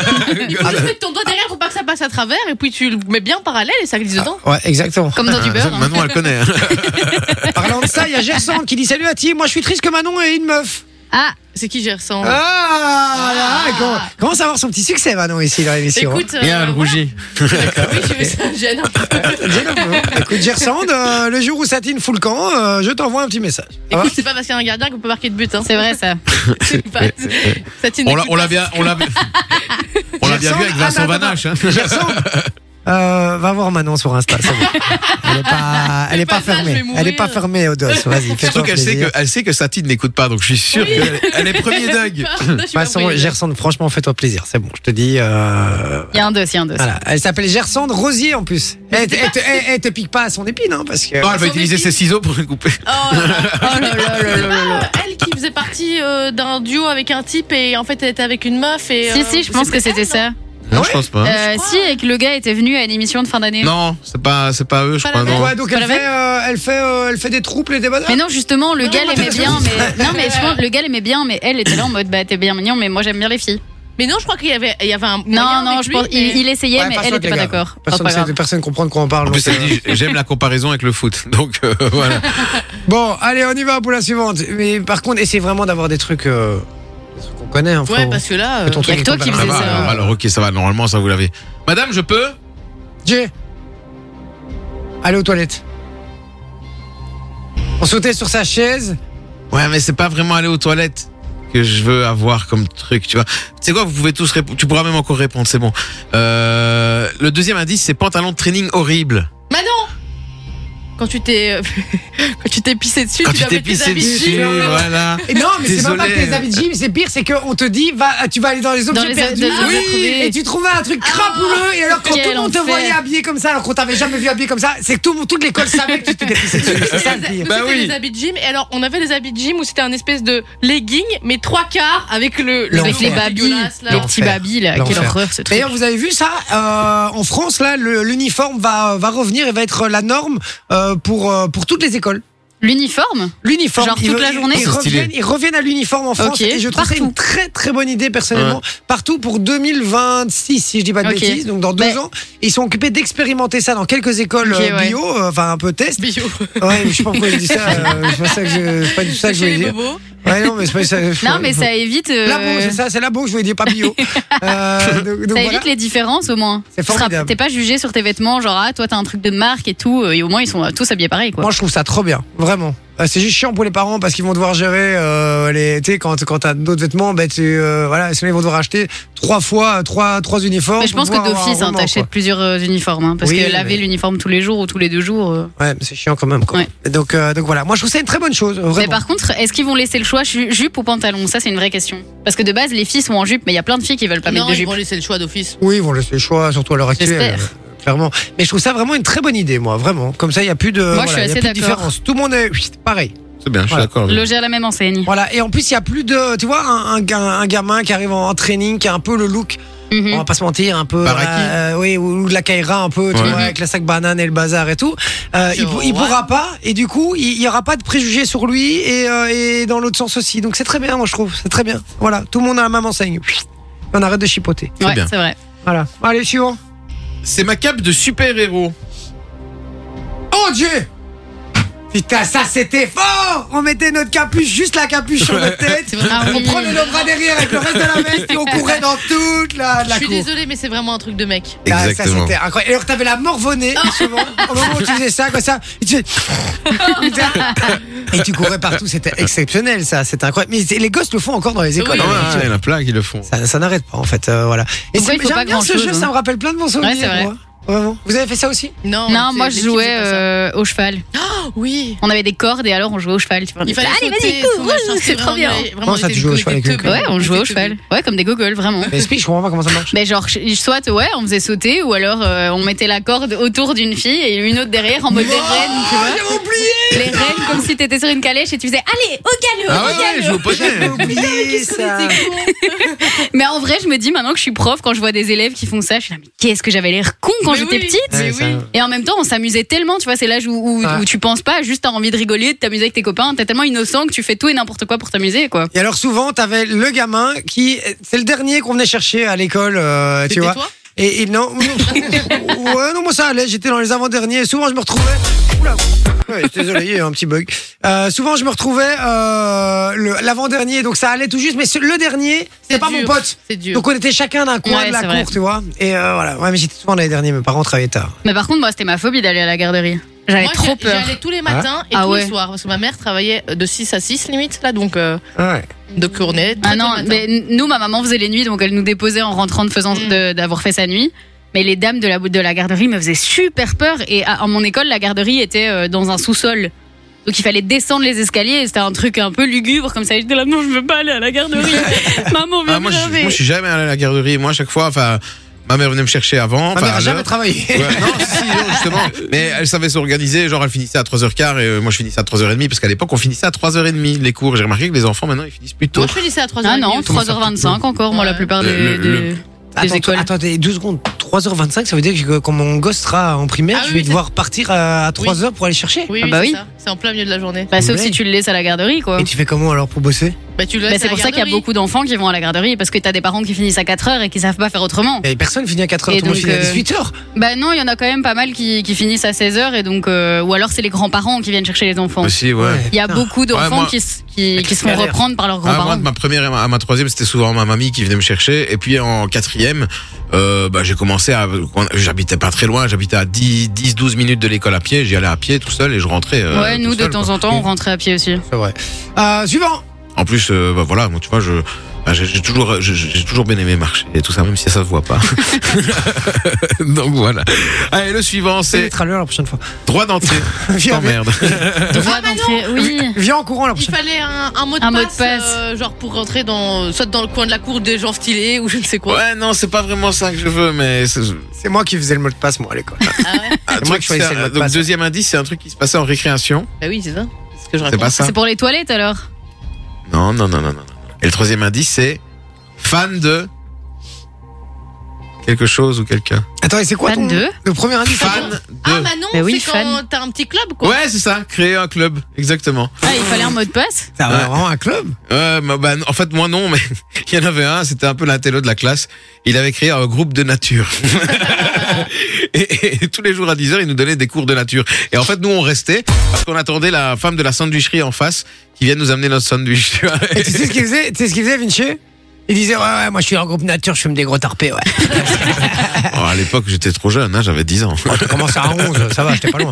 Speaker 5: Il faut juste mettre ton doigt derrière pour pas que ça passe à travers et puis tu le mets bien en parallèle et ça glisse dedans.
Speaker 2: Ouais, exactement.
Speaker 4: Comme
Speaker 3: Ah,
Speaker 4: dans du beurre. hein.
Speaker 3: Maintenant elle connaît. hein.
Speaker 2: Parlant de ça, il y a Gerson qui dit Salut à Tim, moi je suis triste que Manon ait une meuf.
Speaker 4: Ah,
Speaker 5: C'est qui Gerson
Speaker 2: Euh, Ah, là, comment, comment savoir son petit succès, Manon, ici dans l'émission
Speaker 5: Écoute, euh,
Speaker 3: Bien elle
Speaker 5: (laughs) voilà.
Speaker 3: rougit.
Speaker 5: Oui, je veux ça me gêne.
Speaker 2: hein Écoute, Gerson, euh, le jour où Satine fout le camp, euh, je t'envoie un petit message. Ça va
Speaker 5: Écoute, c'est pas parce qu'il y a un gardien qu'on peut marquer de but. Hein.
Speaker 4: c'est vrai ça.
Speaker 5: C'est pas- Ça, tu
Speaker 3: On l'a,
Speaker 5: n'écoutes
Speaker 3: on l'a
Speaker 5: pas.
Speaker 3: bien, on l'a, on l'a bien vu avec Vincent
Speaker 2: Attends, attends,
Speaker 3: Vanache. Hein.
Speaker 2: Gerson euh, va voir Manon sur Insta, c'est bon. Elle est pas, elle est pas
Speaker 5: pas ça, je vais
Speaker 2: fermée.
Speaker 5: mourir.
Speaker 2: Elle est pas fermée, Odos. Vas-y,
Speaker 3: Surtout
Speaker 2: fais-toi
Speaker 3: qu'elle sait que,
Speaker 2: plaisir.
Speaker 3: elle sait que Satine n'écoute pas, donc je suis sûr qu'elle elle est
Speaker 5: (laughs)
Speaker 3: premier dingue.
Speaker 5: Je suis
Speaker 2: De toute façon,
Speaker 5: pas
Speaker 2: Gerson, franchement, fais-toi plaisir. C'est bon, je te dis. Euh...
Speaker 4: Il y a un deux, il y a un deux.
Speaker 2: Voilà. Elle s'appelle Gersande Rosier en plus. Elle, elle te- elle- elle te pique pas à son épine, hein, parce que.
Speaker 3: Non, elle va
Speaker 5: Son
Speaker 3: utiliser
Speaker 5: épine.
Speaker 3: ses ciseaux pour le couper.
Speaker 5: Oh là là, oh là là là là là là. Elle qui faisait partie euh, d'un duo avec un type et en fait elle était avec une meuf et.
Speaker 4: Si,
Speaker 5: euh,
Speaker 4: si, je pense que c'était ça.
Speaker 3: Non,
Speaker 2: ouais
Speaker 3: je pense pas. hein.
Speaker 4: Euh, Si, et que le gars était venu à une émission de fin d'année.
Speaker 3: Non, c'est pas, c'est pas eux, je
Speaker 5: Pas
Speaker 3: crois.
Speaker 5: la
Speaker 3: Non.
Speaker 2: Ouais, donc elle
Speaker 4: la
Speaker 2: fait, euh, elle fait, euh, elle fait des troupes et des bazars.
Speaker 4: Mais non, justement, le
Speaker 5: Non,
Speaker 4: gars
Speaker 5: non,
Speaker 4: l'aimait
Speaker 5: t'as
Speaker 4: bien,
Speaker 5: raison. (laughs)
Speaker 4: mais non, mais je pense que le gars l'aimait bien, mais elle était là en mode bah t'es bien mignon, mais moi j'aime bien les filles.
Speaker 5: Mais non, je crois qu'il y avait, il y avait un.
Speaker 4: Non,
Speaker 5: moyen
Speaker 4: non,
Speaker 5: avec
Speaker 4: je
Speaker 5: lui,
Speaker 4: pense
Speaker 5: mais-
Speaker 4: il, il essayait,
Speaker 2: Ouais,
Speaker 4: mais
Speaker 2: pas Oh,
Speaker 4: elle
Speaker 2: sûr,
Speaker 4: n'était
Speaker 2: les
Speaker 4: pas
Speaker 2: gars.
Speaker 4: d'accord. Ah,
Speaker 2: Personne
Speaker 4: pas
Speaker 2: ne sait-
Speaker 4: grave.
Speaker 2: personne comprend de quoi on parle.
Speaker 3: En
Speaker 2: donc,
Speaker 3: plus, elle
Speaker 2: euh,
Speaker 3: dit, j'aime la comparaison avec le foot. (laughs) Donc, euh, voilà.
Speaker 2: Bon, allez, on y va pour la suivante. Mais par contre, essaie vraiment d'avoir des trucs, euh, des trucs qu'on connaît. Hein,
Speaker 5: Ouais,
Speaker 2: frérot.
Speaker 5: parce que là.
Speaker 2: Que ton
Speaker 5: euh,
Speaker 2: truc
Speaker 4: y a
Speaker 2: est
Speaker 4: que toi qui
Speaker 3: Ça
Speaker 2: complètement-
Speaker 4: faisais
Speaker 3: va,
Speaker 4: ça.
Speaker 3: alors, alors, Ah bah, ok, ça va. Normalement, ça vous l'avez. Madame, je peux?
Speaker 2: Jay, allez aux toilettes. On sautait sur sa chaise.
Speaker 3: Ouais, mais c'est pas vraiment aller aux toilettes que je veux avoir comme truc, tu vois. Tu sais quoi, vous pouvez tous répondre, tu pourras même encore répondre, c'est bon. Euh, le deuxième indice, c'est pantalon de training horrible.
Speaker 5: Manon Quand tu t'es. euh, (laughs) Quand tu t'es pissé dessus,
Speaker 3: Quand
Speaker 5: tu
Speaker 3: tu
Speaker 5: dois
Speaker 3: t'es
Speaker 5: mettre tes
Speaker 3: pissé
Speaker 5: habits
Speaker 3: dessus,
Speaker 5: (laughs)
Speaker 2: euh,
Speaker 3: voilà.
Speaker 2: Et non, mais c'est même pas que
Speaker 3: Désolé.
Speaker 2: les habits de gym, c'est pire, c'est qu'on te dit, va, tu vas aller dans les objets Ah.
Speaker 4: les-
Speaker 2: perdus.
Speaker 4: dans les
Speaker 2: Oui,
Speaker 4: retrouvés.
Speaker 2: et tu trouves un truc crapouleux, et alors quand
Speaker 4: Quel
Speaker 2: tout le monde te
Speaker 4: enfer.
Speaker 2: voyait habillé comme ça, alors qu'on t'avait jamais vu habillé comme ça, c'est que tout, le monde- toute l'école savait que tu t'étais pissé (laughs) dessus. (laughs) C'est ça le
Speaker 5: Nous,
Speaker 2: pire.
Speaker 3: Bah
Speaker 5: c'était
Speaker 3: oui.
Speaker 5: les habits de gym. Et alors, on avait les habits de gym où c'était un espèce de legging, mais trois quarts avec le. le
Speaker 4: Avec les
Speaker 2: L'enfer.
Speaker 4: babys,
Speaker 5: dégueulasse, là.
Speaker 4: les
Speaker 2: L'enfer.
Speaker 4: petits babys là, quelle
Speaker 2: L'enfer.
Speaker 4: horreur ce truc.
Speaker 2: D'ailleurs, vous avez vu ça euh, En France, là, le- l'uniforme va, va revenir et va être la norme euh, pour, euh, pour toutes les écoles.
Speaker 4: L'uniforme
Speaker 2: L'uniforme.
Speaker 4: Genre toute la journée
Speaker 2: ils,
Speaker 3: C'est stylé.
Speaker 2: reviennent, ils reviennent à l'uniforme en France
Speaker 4: Ok,
Speaker 2: et je trouve ça
Speaker 4: partout.
Speaker 2: une très très bonne idée personnellement. Partout pour 2026, si je dis pas de
Speaker 4: Ok.
Speaker 2: bêtises, donc dans deux
Speaker 4: Mais-
Speaker 2: ans. Ils sont occupés d'expérimenter ça dans quelques écoles
Speaker 4: Ok,
Speaker 2: euh,
Speaker 4: ouais.
Speaker 2: bio, euh, enfin un peu test.
Speaker 5: Bio.
Speaker 2: (laughs) Ouais, je sais pas pourquoi je dis ça, euh, c'est pas ça que je, c'est pas du tout ça que je
Speaker 5: Chez
Speaker 2: voulais
Speaker 5: les
Speaker 2: dire.
Speaker 5: bobos.
Speaker 2: Ouais, non, mais c'est pas ça.
Speaker 4: Non, mais ça évite. euh,
Speaker 2: Labo, c'est ça, c'est labo que je voulais dire, pas
Speaker 4: (laughs)
Speaker 2: bio. Euh, donc, donc
Speaker 4: Ça
Speaker 2: voilà.
Speaker 4: évite les différences au moins.
Speaker 2: C'est
Speaker 4: Tu seras-
Speaker 2: formidable.
Speaker 4: T'es pas jugé sur tes vêtements, genre ah toi t'as un truc de marque et tout, et au moins ils sont euh, tous habillés pareil quoi.
Speaker 2: Moi, je trouve ça trop bien, vraiment. Euh, c'est juste chiant pour les parents parce qu'ils vont devoir gérer euh, les. Tu sais, quand, quand t'as d'autres vêtements, ben, tu, euh, voilà, sinon ils vont devoir acheter trois fois, euh, trois, trois uniformes.
Speaker 4: Mais je
Speaker 2: pour
Speaker 4: pense que
Speaker 2: pouvoir avoir un
Speaker 4: d'office, hein,
Speaker 2: roulement,
Speaker 4: t'achètes
Speaker 2: quoi.
Speaker 4: plusieurs euh, uniformes. hein, parce
Speaker 2: Oui,
Speaker 4: que laver
Speaker 2: mais-
Speaker 4: l'uniforme tous les jours ou tous les deux jours. euh.
Speaker 2: Ouais, mais c'est chiant quand même, quoi.
Speaker 4: Ouais.
Speaker 2: Et Donc, euh, donc voilà. Moi, je trouve ça une très bonne chose, euh, vraiment.
Speaker 4: Mais par contre, est-ce qu'ils vont laisser le choix ju- jupe ou pantalon Ça, c'est une vraie question. Parce que de base, les filles sont en jupe, Ah, mais il y a plein de filles qui veulent pas
Speaker 5: non,
Speaker 4: mettre de
Speaker 5: ils
Speaker 4: jupe.
Speaker 5: vont laisser le choix d'office.
Speaker 2: Oui, ils vont laisser le choix, surtout à l'heure actuelle.
Speaker 4: J'espère.
Speaker 2: euh, Clairement. Mais je trouve ça vraiment une très bonne idée, moi, vraiment. Comme ça, il n'y a plus de,
Speaker 4: Moi, je
Speaker 2: voilà, il
Speaker 4: suis
Speaker 2: y a
Speaker 4: assez
Speaker 2: plus de
Speaker 4: d'accord.
Speaker 2: différence. Tout le monde est chut, pareil.
Speaker 3: C'est bien, je suis
Speaker 2: Voilà.
Speaker 3: d'accord.
Speaker 4: Loger à la même enseigne.
Speaker 2: Voilà. Et en plus, il n'y a plus de, tu vois, un, un, ga- un gamin qui arrive en, en training, qui a un peu le look,
Speaker 4: Mhm.
Speaker 2: on va pas se mentir, un peu,
Speaker 3: Baraki.
Speaker 2: euh, oui, ou, ou de la caïra un peu, tu
Speaker 3: Ouais.
Speaker 2: vois, avec la sac banane et le bazar et tout. Euh, il, pou- il
Speaker 5: Ouais.
Speaker 2: pourra pas, et du coup, il n'y aura pas de préjugés sur lui et, euh, et dans l'autre sens aussi. Donc c'est très bien, moi je trouve, c'est très bien. Voilà. Tout le monde a la même enseigne. Chut. On arrête de chipoter.
Speaker 3: c'est
Speaker 4: Ouais,
Speaker 3: bien.
Speaker 4: c'est vrai.
Speaker 2: Voilà. Allez, suivant.
Speaker 3: C'est ma cape de super-héros.
Speaker 2: Oh Dieu Putain, ça c'était fort On mettait notre capuche, juste la capuche sur notre tête.
Speaker 4: Ah
Speaker 2: On
Speaker 4: oui.
Speaker 2: prenait nos bras derrière avec le reste de la veste et on courait dans toute la,
Speaker 5: Je
Speaker 2: la
Speaker 5: suis
Speaker 2: cour.
Speaker 5: désolée, mais c'est vraiment un truc de mec.
Speaker 2: Ah, ça
Speaker 3: Exactement.
Speaker 2: c'était incroyable. Et alors t'avais la morvonnée
Speaker 4: Ah.
Speaker 2: souvent au moment où tu faisais ça comme ça. Et
Speaker 4: (laughs)
Speaker 2: tu, Putain. Et tu courais partout, c'était exceptionnel ça, c'était incroyable. Mais c'est- les gosses le font encore dans les écoles.
Speaker 5: Oui,
Speaker 3: Ah ouais,
Speaker 2: hein, tu-
Speaker 3: ouais, il y en a plein qui le font.
Speaker 2: Ça, ça n'arrête pas en fait, euh, voilà. Et
Speaker 4: En vrai,
Speaker 2: c'est-
Speaker 4: il faut
Speaker 2: j'aime
Speaker 4: pas
Speaker 2: bien ce
Speaker 4: grand-chose,
Speaker 2: jeu, ça
Speaker 4: hein.
Speaker 2: me rappelle plein de bons souvenirs.
Speaker 4: c'est vrai.
Speaker 2: moi. Vraiment. Vous avez fait ça aussi
Speaker 5: Non,
Speaker 4: Non,
Speaker 5: c'est
Speaker 4: moi
Speaker 5: Oh, les
Speaker 4: je
Speaker 5: filles qui
Speaker 4: jouais
Speaker 5: font pas ça.
Speaker 4: euh, au cheval.
Speaker 5: Oui.
Speaker 4: On avait des cordes et alors on jouait au cheval. Tu vois, on
Speaker 5: Il
Speaker 4: était
Speaker 5: fallait
Speaker 4: là, Allez,
Speaker 5: sauter
Speaker 4: vas-y,
Speaker 5: et tout,
Speaker 4: cours,
Speaker 5: machin,
Speaker 4: c'est trop bien.
Speaker 5: vraiment- vraiment,
Speaker 2: Comment ça,
Speaker 5: j'étais
Speaker 2: tu jouais au
Speaker 5: des
Speaker 2: cheval avec les
Speaker 5: teubés.
Speaker 2: copains
Speaker 4: Ouais, on jouait au
Speaker 5: J'étais teubé.
Speaker 4: cheval. Ouais, comme des gogoles, vraiment.
Speaker 2: Mais explique, je comprends pas comment ça marche.
Speaker 4: Mais genre, je- soit ouais, on faisait sauter, ou alors euh, on mettait la corde autour d'une fille et une autre derrière en mode des reines, tu vois.
Speaker 2: J'avais oublié
Speaker 4: Les reines comme si t'étais sur une calèche et tu faisais allez au galop,
Speaker 3: Ah
Speaker 4: au
Speaker 3: ouais, ouais,
Speaker 4: galop.
Speaker 3: je joue au
Speaker 2: J'avais
Speaker 3: poker.
Speaker 2: oublié ça.
Speaker 4: Mais en vrai, je me dis maintenant que je suis prof, quand je vois des élèves qui font ça, je suis là mais qu'est-ce que j'avais l'air con quand
Speaker 5: Mais
Speaker 4: j'étais
Speaker 5: oui.
Speaker 4: petite.
Speaker 5: Mais
Speaker 2: Ouais, ça-
Speaker 5: oui.
Speaker 4: Et en même temps, on s'amusait tellement, tu vois, c'est l'âge où, où,
Speaker 5: Ah.
Speaker 2: Ouais.
Speaker 4: où tu penses pas, juste t'as envie de rigoler, de t'amuser avec tes copains, t'es tellement innocent que tu fais tout et n'importe quoi pour t'amuser, quoi.
Speaker 2: Et alors souvent, t'avais le gamin qui, c'est le dernier qu'on venait chercher à l'école, euh, tu
Speaker 5: C'était
Speaker 2: vois.
Speaker 5: toi
Speaker 2: et, et non, (laughs) ouais, non, moi ça allait. J'étais dans les avant-derniers. et Souvent, je me retrouvais. Oula. Ouais, je suis désolé, il y a eu un petit bug. Euh, souvent, je me retrouvais euh, le- l'avant-dernier, donc ça allait tout juste. Mais ce- le dernier, c'était
Speaker 5: C'est
Speaker 2: pas
Speaker 5: dur.
Speaker 2: mon pote.
Speaker 5: C'est dur.
Speaker 2: Donc on était chacun d'un coin
Speaker 4: Ouais,
Speaker 2: de la
Speaker 4: c'est
Speaker 2: cour,
Speaker 4: vrai.
Speaker 2: tu vois. Et euh, voilà. Ouais, mais j'étais souvent les derniers. Mes parents travaillaient tard.
Speaker 4: Mais par contre, moi, c'était ma phobie d'aller à la garderie. J'avais
Speaker 5: Moi,
Speaker 4: trop
Speaker 5: j'y- j'y
Speaker 4: peur.
Speaker 5: allais tous les matins et
Speaker 4: Ah
Speaker 5: tous
Speaker 4: ouais.
Speaker 5: les soirs parce que ma mère travaillait de 6 à 6 limite là donc euh,
Speaker 2: Ouais.
Speaker 5: donc on est très
Speaker 4: Ah
Speaker 5: tôt
Speaker 4: non,
Speaker 5: le matin.
Speaker 4: mais n- nous, ma maman faisait les nuits, donc elle nous déposait en rentrant de faisant
Speaker 5: Mm.
Speaker 4: de- d'avoir fait sa nuit. Mais les dames de la, de la garderie me faisaient super peur. Et à, à mon école, la garderie était euh, dans un sous-sol. Donc il fallait descendre les escaliers. et C'était un truc un peu lugubre comme ça. J'étais là, non, je veux pas aller à
Speaker 5: (laughs)
Speaker 4: la garderie. maman, viens
Speaker 3: Ah, moi,
Speaker 4: me
Speaker 3: je,
Speaker 4: laver.
Speaker 3: moi, je suis jamais allé à la garderie. Moi, à chaque fois, enfin, ma mère venait me chercher
Speaker 2: Ma
Speaker 3: avant. enfin,
Speaker 2: mère
Speaker 3: à
Speaker 2: a jamais
Speaker 3: l'heure.
Speaker 2: travaillé.
Speaker 3: Ouais, non, si, non, justement. Mais elle savait s'organiser. Genre, elle finissait à 3h15 et euh, moi, je finissais à 3h30 parce qu'à l'époque, on finissait à 3h30 les cours. J'ai remarqué que les enfants, maintenant, ils finissent plus tôt.
Speaker 5: Moi, je finissais à 3h30.
Speaker 4: Ah non,
Speaker 5: aussi.
Speaker 4: 3h25 encore, moi, la
Speaker 5: Ouais.
Speaker 4: plupart des,
Speaker 3: Le- le-
Speaker 4: des-
Speaker 3: le-
Speaker 4: des
Speaker 2: Attends,
Speaker 4: écoles.
Speaker 2: attendez, deux secondes. 3h25, ça veut dire que quand mon gosse sera en primaire,
Speaker 5: Ah
Speaker 2: je
Speaker 5: oui,
Speaker 2: vais
Speaker 5: oui,
Speaker 2: devoir partir à à
Speaker 5: Oui.
Speaker 2: 3h pour aller chercher.
Speaker 5: Oui,
Speaker 4: Ah
Speaker 5: oui,
Speaker 4: bah
Speaker 5: c'est
Speaker 4: oui.
Speaker 5: ça. C'est en plein milieu de la journée.
Speaker 4: Bah, sauf
Speaker 2: Ouais.
Speaker 4: si tu le laisses à la garderie, quoi.
Speaker 2: Et tu fais comment alors pour bosser
Speaker 5: Bah, tu le
Speaker 4: Bah,
Speaker 5: laisses
Speaker 4: c'est
Speaker 5: à la
Speaker 4: pour ça qu'il y a
Speaker 5: garderie.
Speaker 4: beaucoup d'enfants qui vont à la garderie parce que t'as des parents qui finissent à 4h et qui savent pas faire autrement.
Speaker 2: Et personne finit à 4h,
Speaker 4: Et
Speaker 2: tout le monde
Speaker 4: donc,
Speaker 2: finit à
Speaker 4: euh,
Speaker 2: 18h.
Speaker 4: Bah non, il y en a quand même pas mal qui, qui finissent à 16h et donc euh, ou alors c'est les grands-parents qui viennent chercher les enfants.
Speaker 3: Aussi, ouais.
Speaker 4: Il y a
Speaker 2: Putain.
Speaker 4: beaucoup d'enfants
Speaker 3: moi-
Speaker 4: qui, s- qui, qui se font
Speaker 2: Galère.
Speaker 4: reprendre par leurs
Speaker 3: Ah, moi,
Speaker 4: grands-parents.
Speaker 3: de ma première à ma, à ma troisième, c'était souvent ma mamie qui venait me chercher. Et puis en quatrième, euh, bah, j'ai commencé à. J'habitais pas très loin, j'habitais à 10, 10, 12 minutes de l'école à pied. J'y allais à pied tout seul et je rentrais. euh,
Speaker 4: ouais,
Speaker 3: tout
Speaker 4: nous de
Speaker 3: seul,
Speaker 4: temps
Speaker 3: quoi.
Speaker 4: en temps on rentrait à
Speaker 3: (laughs)
Speaker 4: pied aussi.
Speaker 2: C'est vrai. Euh, suivant.
Speaker 3: En plus, euh, bah, voilà, moi, tu vois, je. bah, J'ai j'ai toujours, j'ai- j'ai toujours bien aimé marcher et tout ça, même si ça se voit
Speaker 2: (laughs)
Speaker 3: pas. (laughs) Donc voilà. Allez, le suivant,
Speaker 2: C'est les
Speaker 3: c'est
Speaker 2: traleurs la prochaine fois. (laughs)
Speaker 3: droit d'entrée.
Speaker 2: Viens, viens,
Speaker 3: T'emmerdes.
Speaker 2: (laughs)
Speaker 3: Ah,
Speaker 4: Droit
Speaker 3: bah
Speaker 4: d'entrée, oui.
Speaker 2: viens en courant la
Speaker 5: Il
Speaker 2: prochaine
Speaker 5: fallait un, un mot de
Speaker 4: Un mot
Speaker 5: passe,
Speaker 4: de passe.
Speaker 5: euh, genre pour rentrer dans soit dans le coin de la cour des gens stylés ou je ne sais quoi.
Speaker 3: Ouais, non, c'est pas vraiment ça que je veux, mais c'est-
Speaker 2: C'est moi qui faisais le mot de passe, moi, à l'école.
Speaker 5: Ah ouais
Speaker 3: un
Speaker 2: moi
Speaker 3: truc
Speaker 2: qui
Speaker 3: qui se
Speaker 2: choisissais le mot
Speaker 3: fait-
Speaker 2: de
Speaker 3: Donc,
Speaker 2: passe.
Speaker 3: deuxième indice, c'est un truc qui se passait en récréation.
Speaker 5: Bah oui, c'est ça. C'est ce que je
Speaker 3: C'est
Speaker 5: raconte.
Speaker 3: pas ça.
Speaker 4: C'est pour les toilettes alors.
Speaker 3: Non, non, non, non, non. non. Et le troisième indice, c'est fan de quelque chose ou quelqu'un.
Speaker 2: Attends, et c'est quoi
Speaker 4: Fan
Speaker 2: ton...
Speaker 4: de
Speaker 2: le premier indice
Speaker 3: Fan
Speaker 2: attends
Speaker 5: Ah
Speaker 3: de.
Speaker 5: Manon,
Speaker 4: Bah oui,
Speaker 5: c'est
Speaker 4: fan.
Speaker 5: quand t'as un petit club quoi.
Speaker 3: Ouais, c'est ça, créer un club, exactement.
Speaker 4: Ah, il fallait un mot de passe
Speaker 2: Ça va vraiment un club
Speaker 3: Euh, bah, bah, en fait, moi non, mais (laughs) il y en avait un, c'était un peu l'intello de la classe. Il avait créé un groupe de nature. (laughs) et, et- et tous les jours à 10h, il nous donnait des cours de nature. Et en fait, nous, on restait parce qu'on attendait la femme de la sandwicherie en face qui vient nous amener notre sandwich. tu vois.
Speaker 2: Et tu sais ce qu'il faisait Tu sais ce qu'il faisait, Vinci Il disait, ouais, ouais, moi je suis en groupe nature, je fume des gros tarpés, ouais.
Speaker 3: (laughs) Oh, à l'époque, j'étais trop jeune, hein,
Speaker 2: Ah,
Speaker 3: j'avais 10 ans.
Speaker 2: (laughs) Moi, je commence à 11, ça va, j'étais pas loin.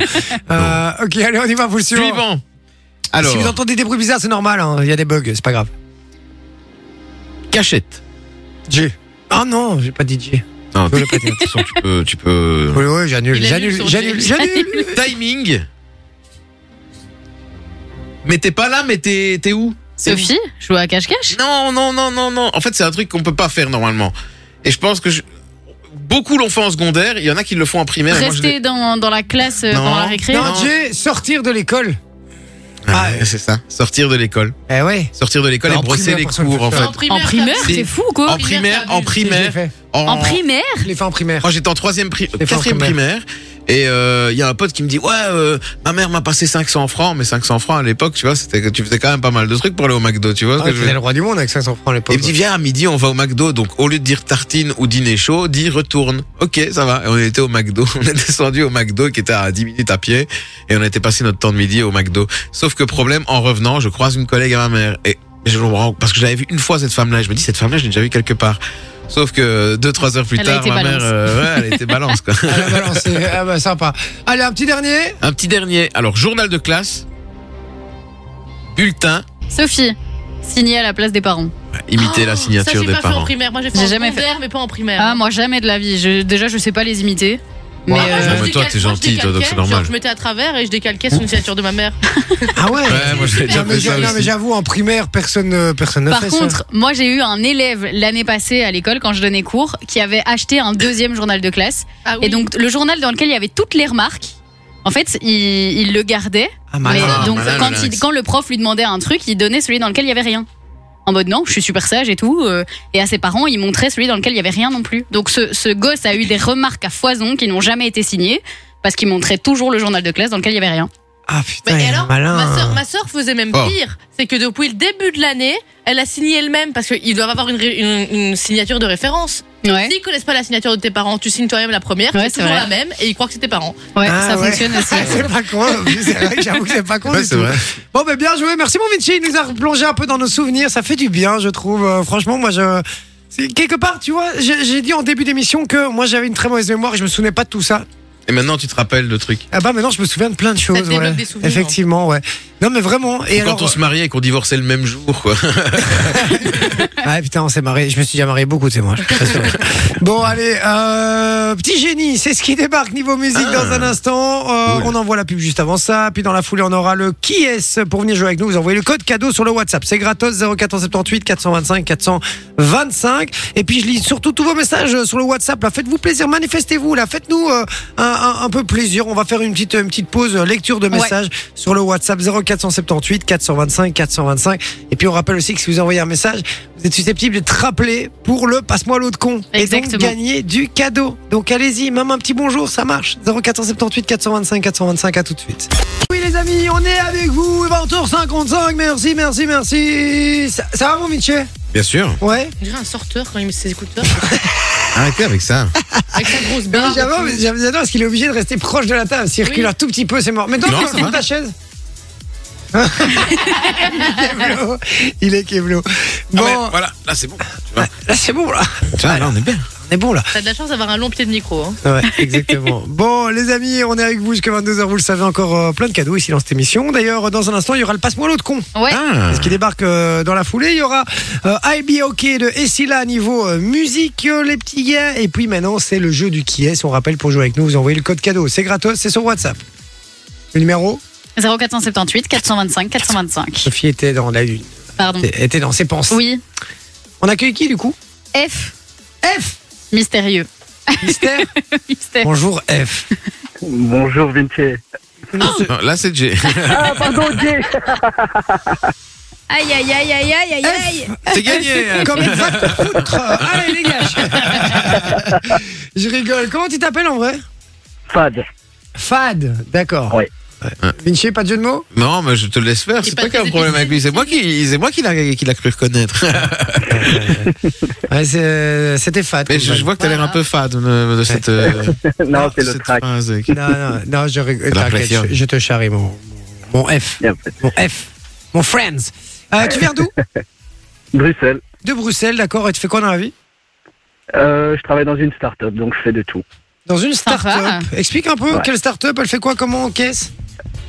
Speaker 2: Euh, ok, allez, on y va pour le suivant.
Speaker 3: Suivant. Alors,
Speaker 2: Si vous entendez des bruits bizarres, c'est normal, hein, il y a des bugs, c'est pas grave.
Speaker 3: cachette.
Speaker 2: J. Ah non, j'ai pas dit J.
Speaker 3: Non,
Speaker 2: Je
Speaker 3: de
Speaker 2: le prétends.
Speaker 3: toute façon, tu peux, tu peux.
Speaker 2: Oui, oui, j'annule,
Speaker 5: Il annule
Speaker 2: j'annule,
Speaker 5: son
Speaker 2: j'annule,
Speaker 5: J. (laughs)
Speaker 2: j'annule.
Speaker 3: Timing. Mais t'es pas là, mais t'es t'es où
Speaker 4: Sophie, jouer à cache-cache
Speaker 3: Non, non, non, non, non. En fait, c'est un truc qu'on peut pas faire normalement. Et je pense que je- beaucoup l'ont fait en secondaire. Il y en a qui le font en primaire. et Eh, moi, je l'ai-
Speaker 4: Rester dans, dans la classe euh,
Speaker 3: Non.
Speaker 4: pendant la récré
Speaker 2: Non, J, sortir de l'école. Ah,
Speaker 3: Ouais, c'est ça. Sortir de l'école.
Speaker 2: eh ouais.
Speaker 3: Sortir de l'école
Speaker 2: En
Speaker 3: et brosser
Speaker 2: primaire,
Speaker 3: les
Speaker 2: personne
Speaker 3: cours,
Speaker 2: ne
Speaker 3: en
Speaker 2: peut
Speaker 3: fait.
Speaker 2: le
Speaker 5: En
Speaker 4: En
Speaker 5: primaire,
Speaker 4: primaire,
Speaker 3: Si.
Speaker 4: c'est fou quoi
Speaker 3: En primaire, en
Speaker 2: Je l'ai
Speaker 3: primaire. Oh,
Speaker 2: fait.
Speaker 4: En primaire
Speaker 2: Je l'ai fait en primaire.
Speaker 3: Moi, j'étais en troisième pri-
Speaker 2: l'ai fait en
Speaker 3: quatrième primaire. Et euh, il y a un pote qui me dit ouais euh, ma mère m'a passé 500 francs mais 500 francs à l'époque tu vois c'était tu faisais quand même pas mal de trucs pour aller au McDo tu vois ce
Speaker 2: Ah,
Speaker 3: que je veux
Speaker 2: T'étais le roi du monde avec 500 francs à
Speaker 3: Et
Speaker 2: l'époque.
Speaker 3: il me dit, viens à midi, on va au McDo. Donc, au lieu de dire tartine ou dîner chaud, dis retourne. Ok, ça va. Et on était au McDo. (laughs) On est descendu au McDo qui était à 10 minutes à pied. Et on était passé notre temps de midi au McDo. Sauf que problème, en revenant, je croise une collègue à ma mère. Et je me rends, parce que j'avais vu une fois cette femme-là. Et je me dis, cette femme-là, je l'ai déjà vue quelque part. Sauf que deux, trois heures plus
Speaker 4: Elle a
Speaker 3: tard,
Speaker 4: été
Speaker 3: ma mère,
Speaker 4: balance.
Speaker 3: euh, ouais, elle était balance, quoi.
Speaker 2: Ah, la balance, c'est- ah bah sympa. Allez, un petit dernier.
Speaker 3: Un petit dernier. Alors, journal de classe. Bulletin.
Speaker 4: Sophie, signer à la place des parents.
Speaker 3: Imiter la signature
Speaker 5: Ah. Oh, ça, j'ai
Speaker 3: des
Speaker 5: pas fait en
Speaker 3: parents.
Speaker 5: primaire. Moi, j'ai fait
Speaker 4: J'ai
Speaker 5: en
Speaker 4: jamais
Speaker 5: secondaire, mais pas en primaire.
Speaker 4: Ah, moi jamais de la vie. Je- déjà, je sais pas les imiter.
Speaker 2: Ouais.
Speaker 4: Mais
Speaker 5: Moi, je
Speaker 4: euh,
Speaker 3: mais
Speaker 5: me
Speaker 3: toi,
Speaker 5: décalquais,
Speaker 3: t'es gentil,
Speaker 5: moi, je
Speaker 3: toi, donc c'est
Speaker 5: décalquais, genre,
Speaker 3: normal.
Speaker 5: je mettais à travers et je décalquais sur une signature de ma mère.
Speaker 2: Ah ouais.
Speaker 3: Ouais, moi, j'avais déjà
Speaker 2: Non, mais
Speaker 3: fait
Speaker 2: j'a-
Speaker 3: ça
Speaker 2: non, mais
Speaker 3: aussi.
Speaker 2: j'avoue, en primaire, personne, euh, personne ne
Speaker 4: par
Speaker 2: fait ça.
Speaker 4: contre, moi j'ai eu un élève l'année passée à l'école quand je donnais cours qui avait acheté un deuxième journal de classe.
Speaker 5: Ah
Speaker 4: Et donc le journal dans lequel il y avait toutes les remarques. En fait, il, il le gardait.
Speaker 2: Ah,
Speaker 4: mais
Speaker 2: malin.
Speaker 4: donc
Speaker 3: malin,
Speaker 4: quand,
Speaker 3: malin.
Speaker 4: il- quand le prof lui demandait un truc, il donnait celui dans lequel il y avait rien. En mode non, je suis super sage et tout. euh, et à ses parents, il montrait celui dans lequel il y avait rien non plus. Donc ce, ce gosse a eu des remarques à foison qui n'ont jamais été signées parce qu'il montrait toujours le journal de classe dans lequel il y avait rien.
Speaker 2: Ah
Speaker 5: Mais
Speaker 2: putain, il est
Speaker 5: et alors,
Speaker 2: malin.
Speaker 5: ma soeur, ma sœur faisait même
Speaker 3: Fort.
Speaker 5: pire. C'est que depuis le début de l'année, elle a signé elle-même parce qu'ils doivent avoir une, ré- une- une signature de référence.
Speaker 4: Ouais,
Speaker 5: S'ils connaissent pas la signature de tes parents, tu signes toi-même la première,
Speaker 4: Ouais,
Speaker 5: c'est
Speaker 4: c'est
Speaker 5: toujours
Speaker 4: vrai.
Speaker 5: la même et ils croient que c'est tes parents.
Speaker 4: ouais
Speaker 2: Ah,
Speaker 4: ça
Speaker 2: ouais.
Speaker 4: fonctionne aussi.
Speaker 2: Ah, c'est pas con, c'est vrai, j'avoue que c'est pas con
Speaker 3: Ouais,
Speaker 2: du
Speaker 3: c'est
Speaker 2: tout.
Speaker 3: vrai.
Speaker 2: Bon, ben bien joué, merci mon Vinci, il nous a replongé un peu dans nos souvenirs, ça fait du bien, je trouve. Euh, franchement, moi, je. c'est- Quelque part, tu vois, j'ai j'ai dit en début d'émission que moi j'avais une très mauvaise mémoire et je me souvenais pas de tout ça.
Speaker 3: Et maintenant, tu te rappelles le truc.
Speaker 2: Ah bah maintenant je me souviens de plein de choses.
Speaker 5: te
Speaker 2: ouais.
Speaker 5: débloque des souvenirs.
Speaker 2: Effectivement, ouais. Non mais vraiment. Et
Speaker 3: quand
Speaker 2: alors,
Speaker 3: on se mariait et qu'on divorçait le même jour, quoi.
Speaker 2: Ah putain, on s'est marré. Je me suis déjà marré beaucoup, c'est moi. je suis très sûr. bon, allez, euh, petit génie, c'est ce qui débarque niveau musique dans un instant. Euh,
Speaker 3: Cool.
Speaker 2: On envoie la pub juste avant ça. Puis dans la foulée, on aura le qui est pour venir jouer avec nous. Vous envoyez le code cadeau sur le WhatsApp. C'est gratos 0478 425 425. Et puis je lis surtout tous vos messages euh, sur le WhatsApp. Là, faites-vous plaisir, manifestez-vous. Là, faites-nous euh, un, un- un peu plaisir. On va faire une petite une petite pause euh, lecture de
Speaker 4: Ouais.
Speaker 2: messages sur le WhatsApp 0478 425 425. Et puis on rappelle aussi que si vous envoyez un message, vous êtes susceptible d'être rappelé pour le passe-moi l'autre con. Et donc
Speaker 4: Exactement.
Speaker 2: gagner du cadeau. Donc allez-y, même un petit bonjour, ça marche. 0478 425 425 à tout de suite. Oui les amis, on est avec vous, 20h55, merci, merci, merci. Ça, ça va mon Miché
Speaker 3: (laughs) Bien sûr.
Speaker 2: Ouais
Speaker 5: On dirait un sorteur quand il met ses (laughs) écouteurs
Speaker 3: Arrêtez avec ça.
Speaker 5: avec sa grosse
Speaker 2: Non,
Speaker 5: barbe.
Speaker 2: J'adore j'adore parce qu'il est obligé de rester proche de la table. S'il recule
Speaker 5: Oui.
Speaker 2: un tout petit peu, c'est mort. Mais toi,
Speaker 3: Non,
Speaker 2: tu
Speaker 3: ça
Speaker 2: recule
Speaker 3: va.
Speaker 2: ta chaise. (laughs) Kevlo. Il est Kevlo. Bon,
Speaker 3: voilà, là c'est bon.
Speaker 2: là c'est bon, là.
Speaker 3: Tu vois, là on est bien.
Speaker 2: On est bon, là.
Speaker 5: T'as de la chance d'avoir un long pied de micro. hein.
Speaker 2: Ouais, exactement. (laughs) bon, les amis, on est avec vous jusqu'à 22h. Vous le savez, encore euh, plein de cadeaux ici dans cette émission. D'ailleurs, dans un instant, il y aura le passe-moi l'autre con.
Speaker 4: Ouais.
Speaker 3: Ah.
Speaker 2: Parce qu'il débarque euh, dans la foulée. Il y aura euh, I Be OK de Essila niveau euh, musique, euh, les petits gars. Et puis maintenant, c'est le jeu du qui est. On rappelle pour jouer avec nous, vous envoyez le code cadeau. C'est gratos, c'est sur WhatsApp. Le numéro
Speaker 4: 0478 425 425.
Speaker 2: Sophie était dans la une.
Speaker 4: Pardon.
Speaker 2: était dans ses pensées.
Speaker 4: Mm. Oui.
Speaker 2: On accueille qui du coup
Speaker 4: F.
Speaker 2: F
Speaker 4: Mystérieux. (laughs)
Speaker 2: Mystère
Speaker 4: Mystère.
Speaker 2: Bonjour F.
Speaker 6: Bonjour Vinci.
Speaker 2: Non, c'est-
Speaker 3: Non, là c'est Jay. (laughs)
Speaker 6: Ah pardon Jay
Speaker 4: Aïe, aïe, aïe, aïe, aïe, aïe, aïe.
Speaker 3: C'est (laughs) gagné. hein.
Speaker 2: Comme une vague de poutre.
Speaker 3: (laughs)
Speaker 2: Allez les gars Je rigole. Comment tu t'appelles en vrai
Speaker 6: Fad. (laughs)
Speaker 2: Fad, d'accord.
Speaker 6: Ouais.
Speaker 2: Ouais. Vinci, pas de jeu de mots
Speaker 3: Non, mais je te laisse faire. C'est
Speaker 5: pas
Speaker 3: pas qu'il y a un
Speaker 5: très
Speaker 3: problème avec lui. C'est moi qui, c'est moi qui l'a, qui l'a cru reconnaître.
Speaker 2: Ouais, c'est- C'était Fad.
Speaker 3: (laughs) Mais
Speaker 2: comme
Speaker 3: je, je
Speaker 2: blague.
Speaker 3: vois que t'as l'air un peu fade de, de cette. (laughs) euh,
Speaker 2: Ah,
Speaker 6: Non, c'est le
Speaker 3: cette
Speaker 6: track.
Speaker 3: phrase.
Speaker 2: Non, non, non, je rigole.
Speaker 3: la
Speaker 2: T'inquiète,
Speaker 6: hein.
Speaker 3: pression.
Speaker 2: je, je te charrie, mon, mon F.
Speaker 6: Bien, en fait.
Speaker 2: Mon F. Mon Friends. Euh, tu viens d'où
Speaker 6: Bruxelles.
Speaker 2: De Bruxelles, d'accord. Et tu fais quoi dans la vie
Speaker 6: Euh, je travaille dans une start-up, donc je fais de tout.
Speaker 2: Dans une start-up.
Speaker 4: Sympa.
Speaker 2: Explique un peu
Speaker 6: Ouais.
Speaker 2: quelle start-up, elle fait quoi, comment on caisse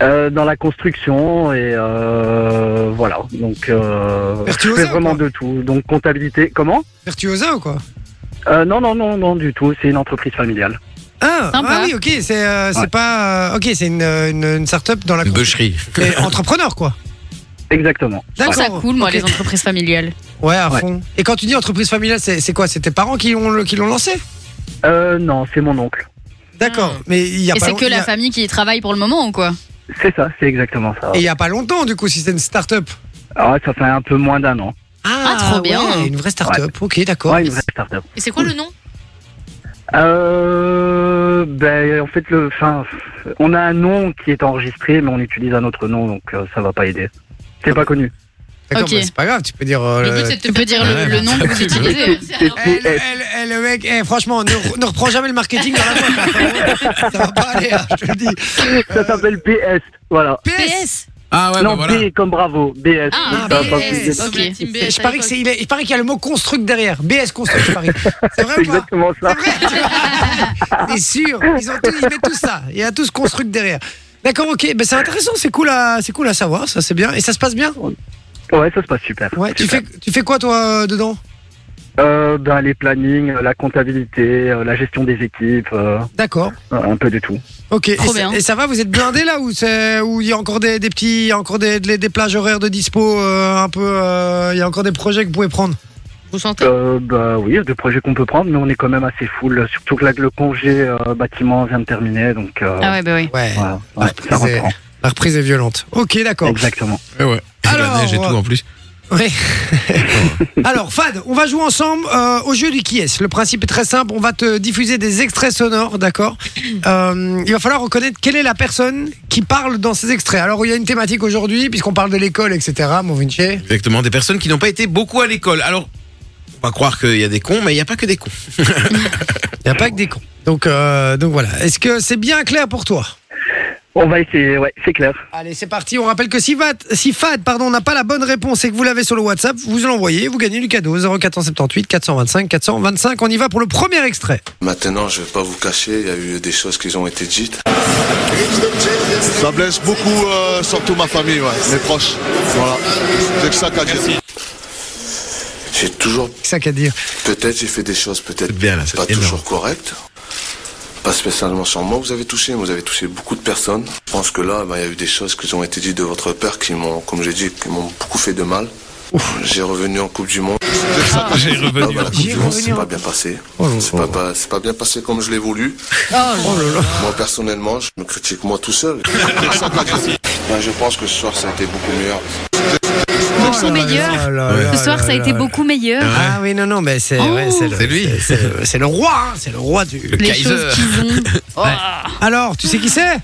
Speaker 6: Euh, dans la construction et euh, voilà. Donc, euh, je
Speaker 2: Virtuose, hein,
Speaker 6: fais vraiment
Speaker 2: quoi.
Speaker 6: de tout. Donc, comptabilité. Comment
Speaker 2: Virtuosa ou quoi
Speaker 6: euh, Non, non, non, non, du tout. C'est une entreprise familiale.
Speaker 2: ah,
Speaker 4: Sympa.
Speaker 2: ah oui, ok, c'est euh, c'est
Speaker 6: Ouais.
Speaker 2: pas. euh, ok, c'est une, une, une start-up dans la.
Speaker 3: Une boucherie.
Speaker 2: Mais entrepreneur, quoi.
Speaker 6: Exactement.
Speaker 4: Je trouve ça
Speaker 2: D'accord,
Speaker 4: cool, moi,
Speaker 2: ok.
Speaker 4: les entreprises familiales.
Speaker 2: Ouais, à
Speaker 6: Ouais.
Speaker 2: fond. Et quand tu dis entreprise familiale, c'est c'est quoi C'est tes parents qui l'ont qui l'ont lancé
Speaker 6: Euh, non, c'est mon oncle.
Speaker 2: D'accord. Mais il y a
Speaker 4: Hmm. Et
Speaker 2: pas
Speaker 4: c'est
Speaker 2: long-
Speaker 4: que
Speaker 2: il y
Speaker 4: la
Speaker 2: a-
Speaker 4: famille qui y travaille pour le moment ou quoi
Speaker 6: C'est ça, c'est exactement ça.
Speaker 2: Et il y a pas longtemps, du coup, si c'est une start-up.
Speaker 6: Ah, ça fait un peu moins d'un an.
Speaker 4: Ah, trop bien.
Speaker 2: ouais, Une vraie start-up. Ok, d'accord.
Speaker 6: Ouais, une vraie start-up.
Speaker 5: Et c'est quoi le nom
Speaker 6: Euh, ben, en fait, le, enfin, on a un nom qui est enregistré, mais on utilise un autre nom, donc euh, ça va pas aider. C'est pas connu.
Speaker 2: D'accord,
Speaker 4: Ok.
Speaker 2: bah, c'est pas grave, tu peux dire. euh,
Speaker 5: Le
Speaker 2: le-
Speaker 5: but c'est de te
Speaker 4: Tu peux
Speaker 5: faire
Speaker 4: dire le, le nom que vous utilisez.
Speaker 5: C'est un-
Speaker 2: Eh, le- eh, le- eh, le mec, eh, franchement, ne, re- ne reprends jamais le marketing dans la boîte. hein. Ça va pas aller, hein, je te le dis.
Speaker 6: Ça s'appelle PS. Voilà.
Speaker 2: PS.
Speaker 4: PS
Speaker 3: (laughs) Ah ouais,
Speaker 6: non,
Speaker 3: bah voilà.
Speaker 6: B comme bravo.
Speaker 5: Ah,
Speaker 6: BS. Donc, ça va Bah, pas
Speaker 5: BS,
Speaker 6: plus aider.
Speaker 4: ok.
Speaker 5: comme la team BS,
Speaker 2: Je parie que
Speaker 5: à
Speaker 2: c'est- il est- il paraît qu'il y a le mot construct derrière. BS construct, je parie. C'est vrai
Speaker 6: C'est
Speaker 2: ou pas
Speaker 6: exactement ça.
Speaker 2: T'es sûr ils, ont tout- ils mettent tout ça. Il y a tout ce construct derrière. D'accord, ok. Ben, c'est intéressant, c'est cool, à, c'est cool à savoir, ça c'est bien. Et ça se passe bien
Speaker 6: Ouais, ça se passe super.
Speaker 2: Ouais. Tu
Speaker 6: Super.
Speaker 2: fais, tu fais quoi toi euh, dedans
Speaker 6: Euh, ben, les plannings, euh, la comptabilité, euh, la gestion des équipes, euh,
Speaker 2: D'accord.
Speaker 6: euh, un peu de tout.
Speaker 2: Ok. Et
Speaker 4: Trop
Speaker 2: ça,
Speaker 4: bien.
Speaker 2: et ça va Vous êtes blindés là ou c'est où il y a encore des, des petits, il y a encore des, des, des plages horaires de dispo euh, un peu, euh, il y a encore des projets que vous pouvez prendre.
Speaker 5: Vous sentez
Speaker 6: Euh, bah oui, il y a des projets qu'on peut prendre, mais on est quand même assez full. Surtout que là, le congé euh, bâtiment vient de terminer, donc euh,
Speaker 4: Ah ouais, bah oui.
Speaker 2: Ouais.
Speaker 6: voilà,
Speaker 2: Ah,
Speaker 6: ouais, ça
Speaker 2: c'est-
Speaker 6: reprend.
Speaker 2: La reprise est violente. Ok, d'accord.
Speaker 6: Exactement.
Speaker 3: Ouais, ouais.
Speaker 2: Alors,
Speaker 3: la neige et tout
Speaker 2: euh,
Speaker 3: en plus.
Speaker 2: Ouais. (laughs) Alors, Fad, on va jouer ensemble euh, au jeu du qui est. Le principe est très simple. On va te diffuser des extraits sonores, d'accord Euh, Il va falloir reconnaître quelle est la personne qui parle dans ces extraits. Alors, il y a une thématique aujourd'hui, puisqu'on parle de l'école, etc. Mon Vinci.
Speaker 3: Exactement, des personnes qui n'ont pas été beaucoup à l'école. Alors, on va croire qu'il y a des cons, mais il n'y a pas que des cons.
Speaker 2: Il n'y a pas que des cons. Donc, euh, donc voilà. Est-ce que c'est bien clair pour toi
Speaker 6: On va essayer, ouais, c'est clair.
Speaker 2: Allez, c'est parti. On rappelle que si, Fad, si Fad pardon, n'a pas la bonne réponse et que vous l'avez sur le WhatsApp, vous l'envoyez, vous gagnez du cadeau. 0478 425 425. On y va pour le premier extrait.
Speaker 7: Maintenant, je vais pas vous cacher, il y a eu des choses qui ont été dites.
Speaker 8: Ça blesse beaucoup, euh, surtout ma famille, ouais, mes proches. Voilà, j'ai que ça qu'à dire.
Speaker 7: J'ai toujours,
Speaker 2: C'est ça qu'à dire.
Speaker 7: peut-être, j'ai fait des choses peut-être
Speaker 3: C'est bien, là, c'est
Speaker 7: pas
Speaker 3: énorme.
Speaker 7: toujours correctes. Pas spécialement sur moi, vous avez touché, mais vous avez touché beaucoup de personnes. Je pense que là, bah, il y a eu des choses qui ont été dites de votre père qui m'ont, comme j'ai dit, qui m'ont beaucoup fait de mal. J'ai revenu en Coupe du Monde.
Speaker 3: (laughs) J'ai
Speaker 7: Ah,
Speaker 3: revenu.
Speaker 7: bah, la Coupe
Speaker 2: J'ai
Speaker 7: du Monde,
Speaker 2: revenu
Speaker 7: c'est
Speaker 2: en-
Speaker 7: pas bien passé.
Speaker 2: Oh là
Speaker 7: C'est pas, pas- c'est pas bien passé comme je l'ai voulu.
Speaker 4: Oh
Speaker 2: Oh
Speaker 7: Moi, personnellement, je me critique moi tout seul. Bah, je pense que ce soir, ça a été beaucoup meilleur.
Speaker 4: son meilleur.
Speaker 2: Oh
Speaker 4: Ce soir, ça a été beaucoup meilleur.
Speaker 2: Ah oui, non, non, mais c'est
Speaker 4: Oh.
Speaker 2: ouais, c'est le-
Speaker 3: C'est lui.
Speaker 2: c'est- c'est- C'est le roi, hein, c'est le roi du.
Speaker 3: Le
Speaker 4: Les
Speaker 3: Kaiser.
Speaker 4: choses qu'ils ont. Oh.
Speaker 2: Alors, tu sais qui c'est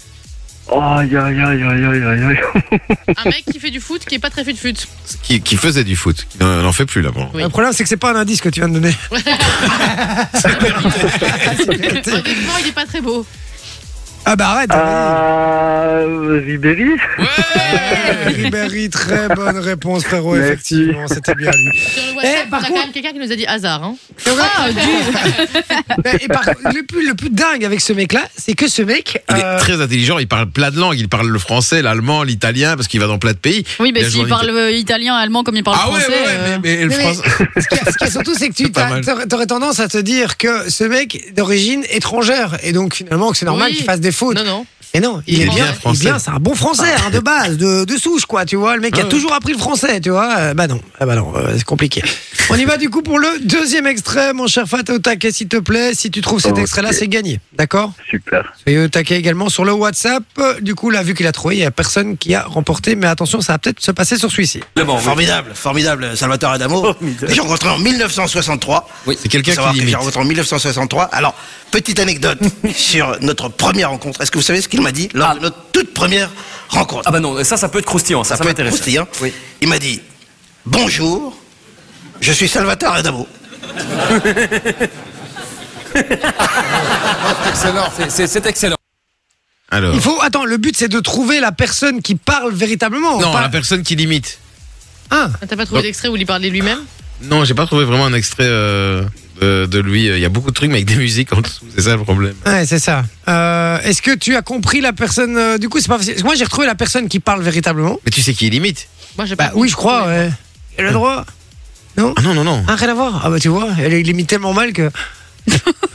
Speaker 6: Oh, aïe, aïe, aïe, aïe, aïe, aïe, aïe. (laughs)
Speaker 5: Un mec qui fait du foot qui est pas très fait de foot.
Speaker 3: Qui, qui faisait du foot. qui n'en n'en fait plus là. Bon.
Speaker 5: Oui.
Speaker 2: Le problème, c'est que c'est pas un indice que tu viens de donner. (laughs) C'est pété.
Speaker 5: Honnêtement, il est pas très beau.
Speaker 2: ah bah arrête.
Speaker 6: Euh, Ribéry
Speaker 2: Ribéry, très bonne réponse, frérot.
Speaker 6: Merci.
Speaker 2: Effectivement, c'était bien lui.
Speaker 5: Sur le WhatsApp,
Speaker 2: Eh, par
Speaker 5: on a
Speaker 2: contre-
Speaker 5: quand même quelqu'un qui nous a dit hasard. Hein.
Speaker 2: Ah, Et par contre, le plus, le plus dingue avec ce mec-là, c'est que ce mec.
Speaker 3: Il est
Speaker 2: euh,
Speaker 3: très intelligent, il parle plein de langues, il parle le français, l'allemand, l'italien, parce qu'il va dans plein de pays.
Speaker 4: Oui,
Speaker 3: Il
Speaker 4: bah
Speaker 3: a joué
Speaker 4: s'il
Speaker 3: en
Speaker 4: parle euh, italien, allemand comme il parle
Speaker 3: Ah ouais,
Speaker 4: français.
Speaker 3: ouais, ouais,
Speaker 4: euh,
Speaker 3: mais, mais le
Speaker 2: mais-
Speaker 3: français.
Speaker 2: Ce qui, ce qui est surtout, c'est que tu
Speaker 3: C'est pas
Speaker 2: t'as-
Speaker 3: mal.
Speaker 2: t'aurais t'aurais tendance à te dire que ce mec d'origine étrangère, et donc finalement que c'est normal
Speaker 5: Oui.
Speaker 2: qu'il fasse des fautes.
Speaker 5: Non, non.
Speaker 2: Mais non, il, est bien, il est
Speaker 3: français.
Speaker 2: bien, c'est un bon français hein, de base, de, de souche quoi, tu vois. Le mec a
Speaker 3: Ouais.
Speaker 2: toujours appris le français, tu vois. Euh, bah non, ah bah non, euh, c'est compliqué. On y va du coup pour le deuxième extrait, mon cher Fat, au taquet s'il te plaît. Si tu trouves cet
Speaker 6: Ok.
Speaker 2: extrait-là, c'est gagné, d'accord
Speaker 6: Super.
Speaker 2: Soyez au taquet également sur le WhatsApp. Euh, Du coup, là, vu qu'il a trouvé, il y a personne qui a remporté, mais attention, ça va peut-être se passer sur celui-ci.
Speaker 9: formidable, formidable,
Speaker 10: (laughs)
Speaker 9: Salvatore Adamo. J'ai rencontré en 1963.
Speaker 3: C'est quelqu'un
Speaker 9: Faut savoir
Speaker 3: qui
Speaker 9: que J'ai
Speaker 3: l'imite.
Speaker 9: rencontré en 1963. Alors, petite
Speaker 10: (laughs)
Speaker 9: anecdote sur notre première rencontre. Est-ce que vous savez ce qu'il m'a dit lors de notre toute première rencontre
Speaker 10: Ah bah non, ça, ça peut être croustillant, ça,
Speaker 9: Ça
Speaker 10: peut
Speaker 9: m'a
Speaker 10: intéresser.
Speaker 9: croustillant.
Speaker 10: Oui.
Speaker 9: Il m'a dit Bonjour, je suis Salvatore
Speaker 10: (laughs)
Speaker 9: Adamo.
Speaker 10: Excellent. C'est- C'est c'est excellent.
Speaker 3: Alors.
Speaker 2: Il faut. Attends, le but c'est de trouver la personne qui parle véritablement.
Speaker 3: Non,
Speaker 2: Pas-
Speaker 3: la personne qui l'imite.
Speaker 2: Hein
Speaker 5: Ah, T'as pas trouvé d'extrait où il parlait lui-même
Speaker 3: Non, j'ai pas trouvé vraiment un extrait euh, de- euh, de lui. Il y a beaucoup de trucs, mais avec des musiques en dessous. C'est ça le problème.
Speaker 2: Ouais, c'est ça. Euh, Est-ce que tu as compris la personne euh, Du coup, c'est pas facile. Parce que Moi, j'ai retrouvé la personne qui parle véritablement.
Speaker 3: Mais tu sais qui est limite
Speaker 5: Moi, j'ai
Speaker 2: Bah oui, je crois. ouais. Elle a le droit. Non
Speaker 3: Ah non, non, non.
Speaker 2: Ah, rien à voir. Ah bah tu vois, elle est limite tellement mal que.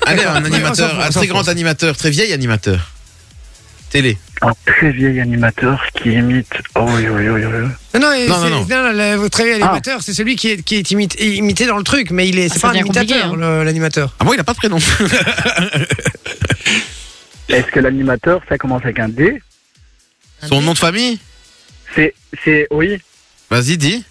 Speaker 3: Ah,
Speaker 2: D'accord, ouais, (laughs) on s'en
Speaker 3: un animateur,
Speaker 2: fout,
Speaker 3: un
Speaker 2: on s'en
Speaker 3: très grand
Speaker 2: fout.
Speaker 3: animateur, très vieil animateur. Télé.
Speaker 6: Un très vieil animateur qui imite. Oh oui, oui, oui, oui.
Speaker 2: Non, non, et
Speaker 3: Non, non,
Speaker 2: c'est-
Speaker 3: non.
Speaker 2: le- votre animateur, c'est celui qui est, qui est imité, imité dans le truc, mais il est, c'est
Speaker 4: Ah. ça
Speaker 2: pas un
Speaker 4: devient compliqué,
Speaker 2: imitateur,
Speaker 4: hein.
Speaker 2: le- l'animateur.
Speaker 3: Ah bon, il a pas
Speaker 2: (laughs)
Speaker 3: de prénom.
Speaker 6: Est-ce que l'animateur, ça commence avec un D
Speaker 3: Son nom de famille
Speaker 6: C'est. C'est. Oui.
Speaker 3: Vas-y, dis.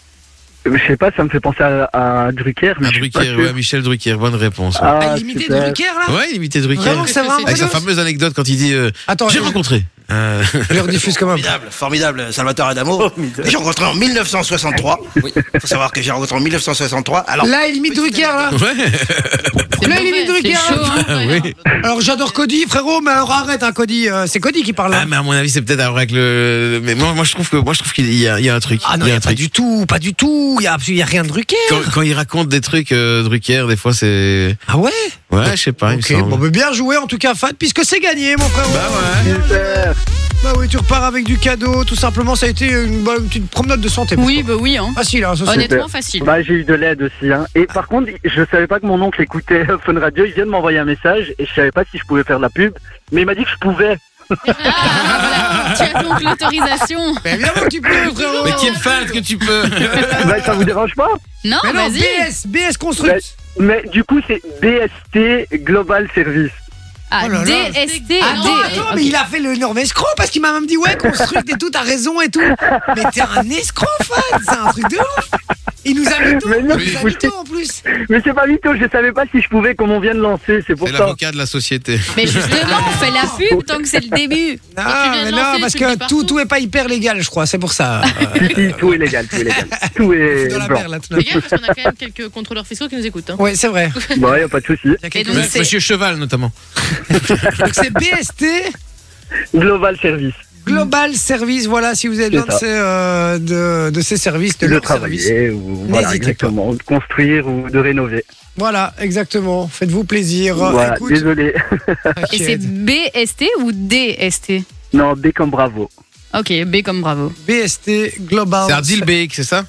Speaker 6: Je sais pas, ça me fait penser à, à Drucker. Mais
Speaker 3: Ah,
Speaker 6: je suis pas
Speaker 3: Drucker,
Speaker 6: sûr.
Speaker 3: ouais, Michel Drucker, bonne réponse. ouais.
Speaker 6: Ah,
Speaker 2: Ah, l'imité de
Speaker 6: super.
Speaker 2: Drucker, là
Speaker 3: Ouais, il imitait Drucker.
Speaker 2: Vraiment, c'est vraiment
Speaker 3: Avec sa
Speaker 2: vrai
Speaker 3: fameuse anecdote quand il dit euh,
Speaker 2: Attends,
Speaker 3: J'ai
Speaker 2: je,
Speaker 3: rencontré. Euh, (laughs)
Speaker 2: je le rediffuse quand même.
Speaker 9: Formidable, formidable, Salvatore Adamo. J'ai rencontré en 1963. Oui. Faut savoir que j'ai rencontré en 1963. Alors,
Speaker 2: Là, il imite Drucker, là
Speaker 3: ouais.
Speaker 2: Là, il imite
Speaker 5: C'est
Speaker 2: Drucker
Speaker 5: chaud,
Speaker 6: (laughs)
Speaker 2: là.
Speaker 5: hein, ouais.
Speaker 2: Alors, j'adore Cody, frérot, mais alors arrête, hein, Cody. euh, c'est Cody qui parle.
Speaker 3: Ah,
Speaker 2: hein.
Speaker 3: mais à mon avis, c'est peut-être avec le. Mais moi, moi, je trouve que moi, je trouve qu'il y a, il y a un truc.
Speaker 2: Ah non,
Speaker 3: il
Speaker 2: il
Speaker 3: y a un
Speaker 2: a pas
Speaker 3: truc.
Speaker 2: du tout, pas du tout. Il n'y a, absolu- y a rien de Drucker.
Speaker 3: Quand, quand il raconte des trucs, euh, Drucker, des fois, c'est.
Speaker 2: Ah ouais
Speaker 3: Ouais, je sais pas. il me
Speaker 2: Ok,
Speaker 3: semble.
Speaker 2: bon, bah, bien joué en tout cas, Fat, puisque c'est gagné, mon frérot.
Speaker 3: Bah ouais.
Speaker 6: Super.
Speaker 2: Bah oui, tu repars avec du cadeau, tout simplement. Ça a été une, bonne petite promenade de santé.
Speaker 4: Oui, bah oui, hein.
Speaker 2: Facile, hein, ça c'est-
Speaker 4: Honnêtement,
Speaker 6: (laughs)
Speaker 4: facile.
Speaker 6: Bah, j'ai eu de l'aide aussi. Hein. Et par contre, je savais pas que mon oncle écoutait (laughs) Fun Radio. Il vient de m'envoyer un message et je savais pas si je pouvais faire de la pub. Mais il m'a dit que je pouvais.
Speaker 4: Ah, voilà. Tu as donc l'autorisation.
Speaker 2: Mais évidemment que tu peux, frérot.
Speaker 3: Mais qui est fan que
Speaker 2: (laughs)
Speaker 3: tu peux
Speaker 6: bah, ça vous dérange pas
Speaker 4: Non,
Speaker 2: Mais non,
Speaker 4: Oh, vas-y.
Speaker 2: BS, BS Construct.
Speaker 6: Mais du coup, c'est BST Global Service.
Speaker 4: Ah,
Speaker 2: Oh là là.
Speaker 4: DST.
Speaker 2: Ah non,
Speaker 4: D-
Speaker 2: attends, mais il a fait l'énorme escroc parce qu'il m'a même dit ouais, construct et tout, t'as raison et tout. Mais t'es un escroc, fan, c'est un truc de ouf. Il nous a mis tout,
Speaker 6: Mais
Speaker 2: il
Speaker 6: non,
Speaker 2: nous a mis
Speaker 6: mais-
Speaker 2: tout en plus.
Speaker 6: Mais c'est pas mytho, je savais pas si je pouvais, comme on vient de lancer, c'est pour
Speaker 3: C'est
Speaker 6: ça.
Speaker 3: l'avocat de la société.
Speaker 2: Ah,
Speaker 4: Mais justement, on fait la pub tant que c'est le début.
Speaker 2: Non,
Speaker 5: tu viens de
Speaker 2: mais
Speaker 5: lancer,
Speaker 2: non, parce
Speaker 5: tu le dis
Speaker 2: que tout,
Speaker 5: partout.
Speaker 2: tout est pas hyper légal, je crois, c'est pour
Speaker 6: (laughs)
Speaker 2: ça. Euh,
Speaker 6: Si, si, tout est légal, tout est
Speaker 2: (laughs)
Speaker 6: légal. Tout est
Speaker 2: dans la
Speaker 6: blanc.
Speaker 2: mer, là, tout
Speaker 5: Fais gaffe, parce qu'on a quand même quelques contrôleurs fiscaux qui nous écoutent. hein.
Speaker 2: Oui, c'est
Speaker 5: (laughs)
Speaker 2: vrai.
Speaker 6: Bon, y a pas de souci.
Speaker 2: Il y a quelques-
Speaker 4: donc,
Speaker 2: Donc,
Speaker 4: c'est-
Speaker 3: Monsieur Cheval, notamment.
Speaker 2: c'est BST
Speaker 6: Global Service.
Speaker 2: Global Service. Voilà, si vous avez
Speaker 6: C'est
Speaker 2: besoin de
Speaker 6: ça.
Speaker 2: ces, euh, de, de ces services, de
Speaker 6: De
Speaker 2: leurs services.
Speaker 6: travailler, ou voilà,
Speaker 2: N'hésitez pas.
Speaker 6: exactement. De construire ou de rénover.
Speaker 2: Voilà, exactement. Faites-vous plaisir.
Speaker 6: Voilà,
Speaker 2: Écoute,
Speaker 6: désolé. (laughs)
Speaker 4: Et c'est BST ou DST
Speaker 6: Non, B comme bravo.
Speaker 4: Ok, B comme bravo.
Speaker 2: BST Global.
Speaker 3: C'est Ardil Bake, c'est ça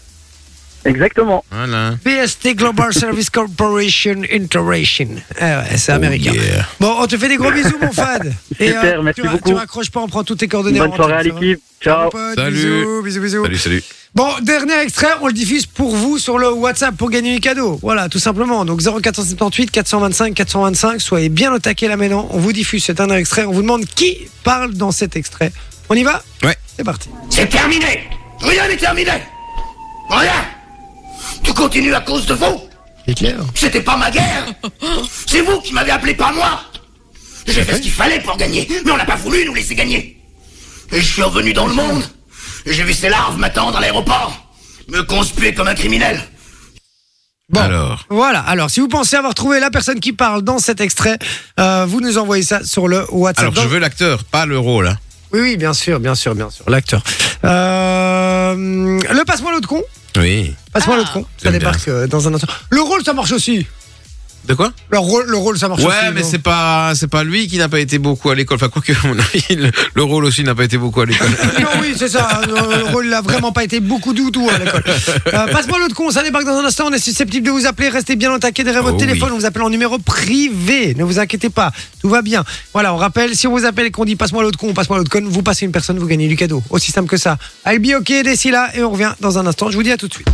Speaker 6: Exactement.
Speaker 3: Voilà.
Speaker 2: BST Global Service Corporation Interaction. Ah ouais, c'est américain.
Speaker 3: yeah.
Speaker 2: Bon, on te fait des gros bisous, mon Fad.
Speaker 6: Oh (laughs) Super, merci
Speaker 2: tu, ra-
Speaker 6: beaucoup.
Speaker 2: Tu raccroches pas, on prend toutes tes coordonnées.
Speaker 6: Bonne
Speaker 2: en
Speaker 6: soirée à
Speaker 2: antenne, ça va
Speaker 6: l'équipe. Ciao.
Speaker 2: Mon pote,
Speaker 3: Salut.
Speaker 2: Bisous, bisous, bisous.
Speaker 3: Salut, salut.
Speaker 2: Bon, dernier extrait, on le diffuse pour vous sur le WhatsApp pour gagner les cadeaux. Voilà, tout simplement. Donc 0478 425 425, soyez bien au taquet là maintenant. On vous diffuse ce dernier extrait, on vous demande qui parle dans cet extrait. On y va
Speaker 3: Ouais.
Speaker 2: C'est parti.
Speaker 9: c'est terminé. Rien n'est terminé. Rien. Tout continue à cause de vous.
Speaker 2: C'est clair.
Speaker 9: C'était pas
Speaker 2: (laughs)
Speaker 9: ma guerre C'est vous qui m'avez appelé, pas moi J'ai fait ce qu'il fallait pour gagner, mais on n'a pas voulu nous laisser gagner Et je suis revenu dans le monde J'ai vu ces larves m'attendre à l'aéroport Me conspuer comme un criminel
Speaker 2: Bon.
Speaker 3: Alors.
Speaker 2: Voilà, alors si vous pensez avoir trouvé la personne qui parle dans cet extrait, euh, vous nous envoyez ça sur le WhatsApp.
Speaker 3: Alors, je veux l'acteur, pas le rôle. hein.
Speaker 2: Oui, oui, bien sûr, bien sûr, bien sûr, l'acteur. Euh, le passe-moi l'autre con.
Speaker 3: Oui.
Speaker 2: Passe-moi
Speaker 5: Ah.
Speaker 2: l'autre con. Ça
Speaker 3: J'aime bien
Speaker 2: débarque euh, dans un instant. Le rôle, ça marche aussi.
Speaker 3: De quoi
Speaker 2: Le rôle, le rôle ça marche aussi.
Speaker 3: Ouais, mais
Speaker 2: non
Speaker 3: c'est pas, c'est pas lui qui n'a pas été beaucoup à l'école. Enfin, quoique, à mon avis, le, le rôle aussi n'a pas été beaucoup à l'école.
Speaker 2: Non, oui, c'est ça. Le le rôle n'a vraiment pas été beaucoup du tout à l'école. Euh, Passe-moi l'autre con, ça débarque dans un instant. On est susceptible de vous appeler. Restez bien au taquet derrière votre
Speaker 3: Oh
Speaker 2: téléphone.
Speaker 3: oui.
Speaker 2: On vous appelle en numéro privé. Ne vous inquiétez pas. Tout va bien. Voilà, on rappelle, si on vous appelle et qu'on dit passe-moi l'autre con, passe-moi l'autre con, vous passez une personne, vous gagnez du cadeau. Aussi simple que ça. I'll be okay d'ici là et on revient dans un instant. Je vous dis à tout de suite.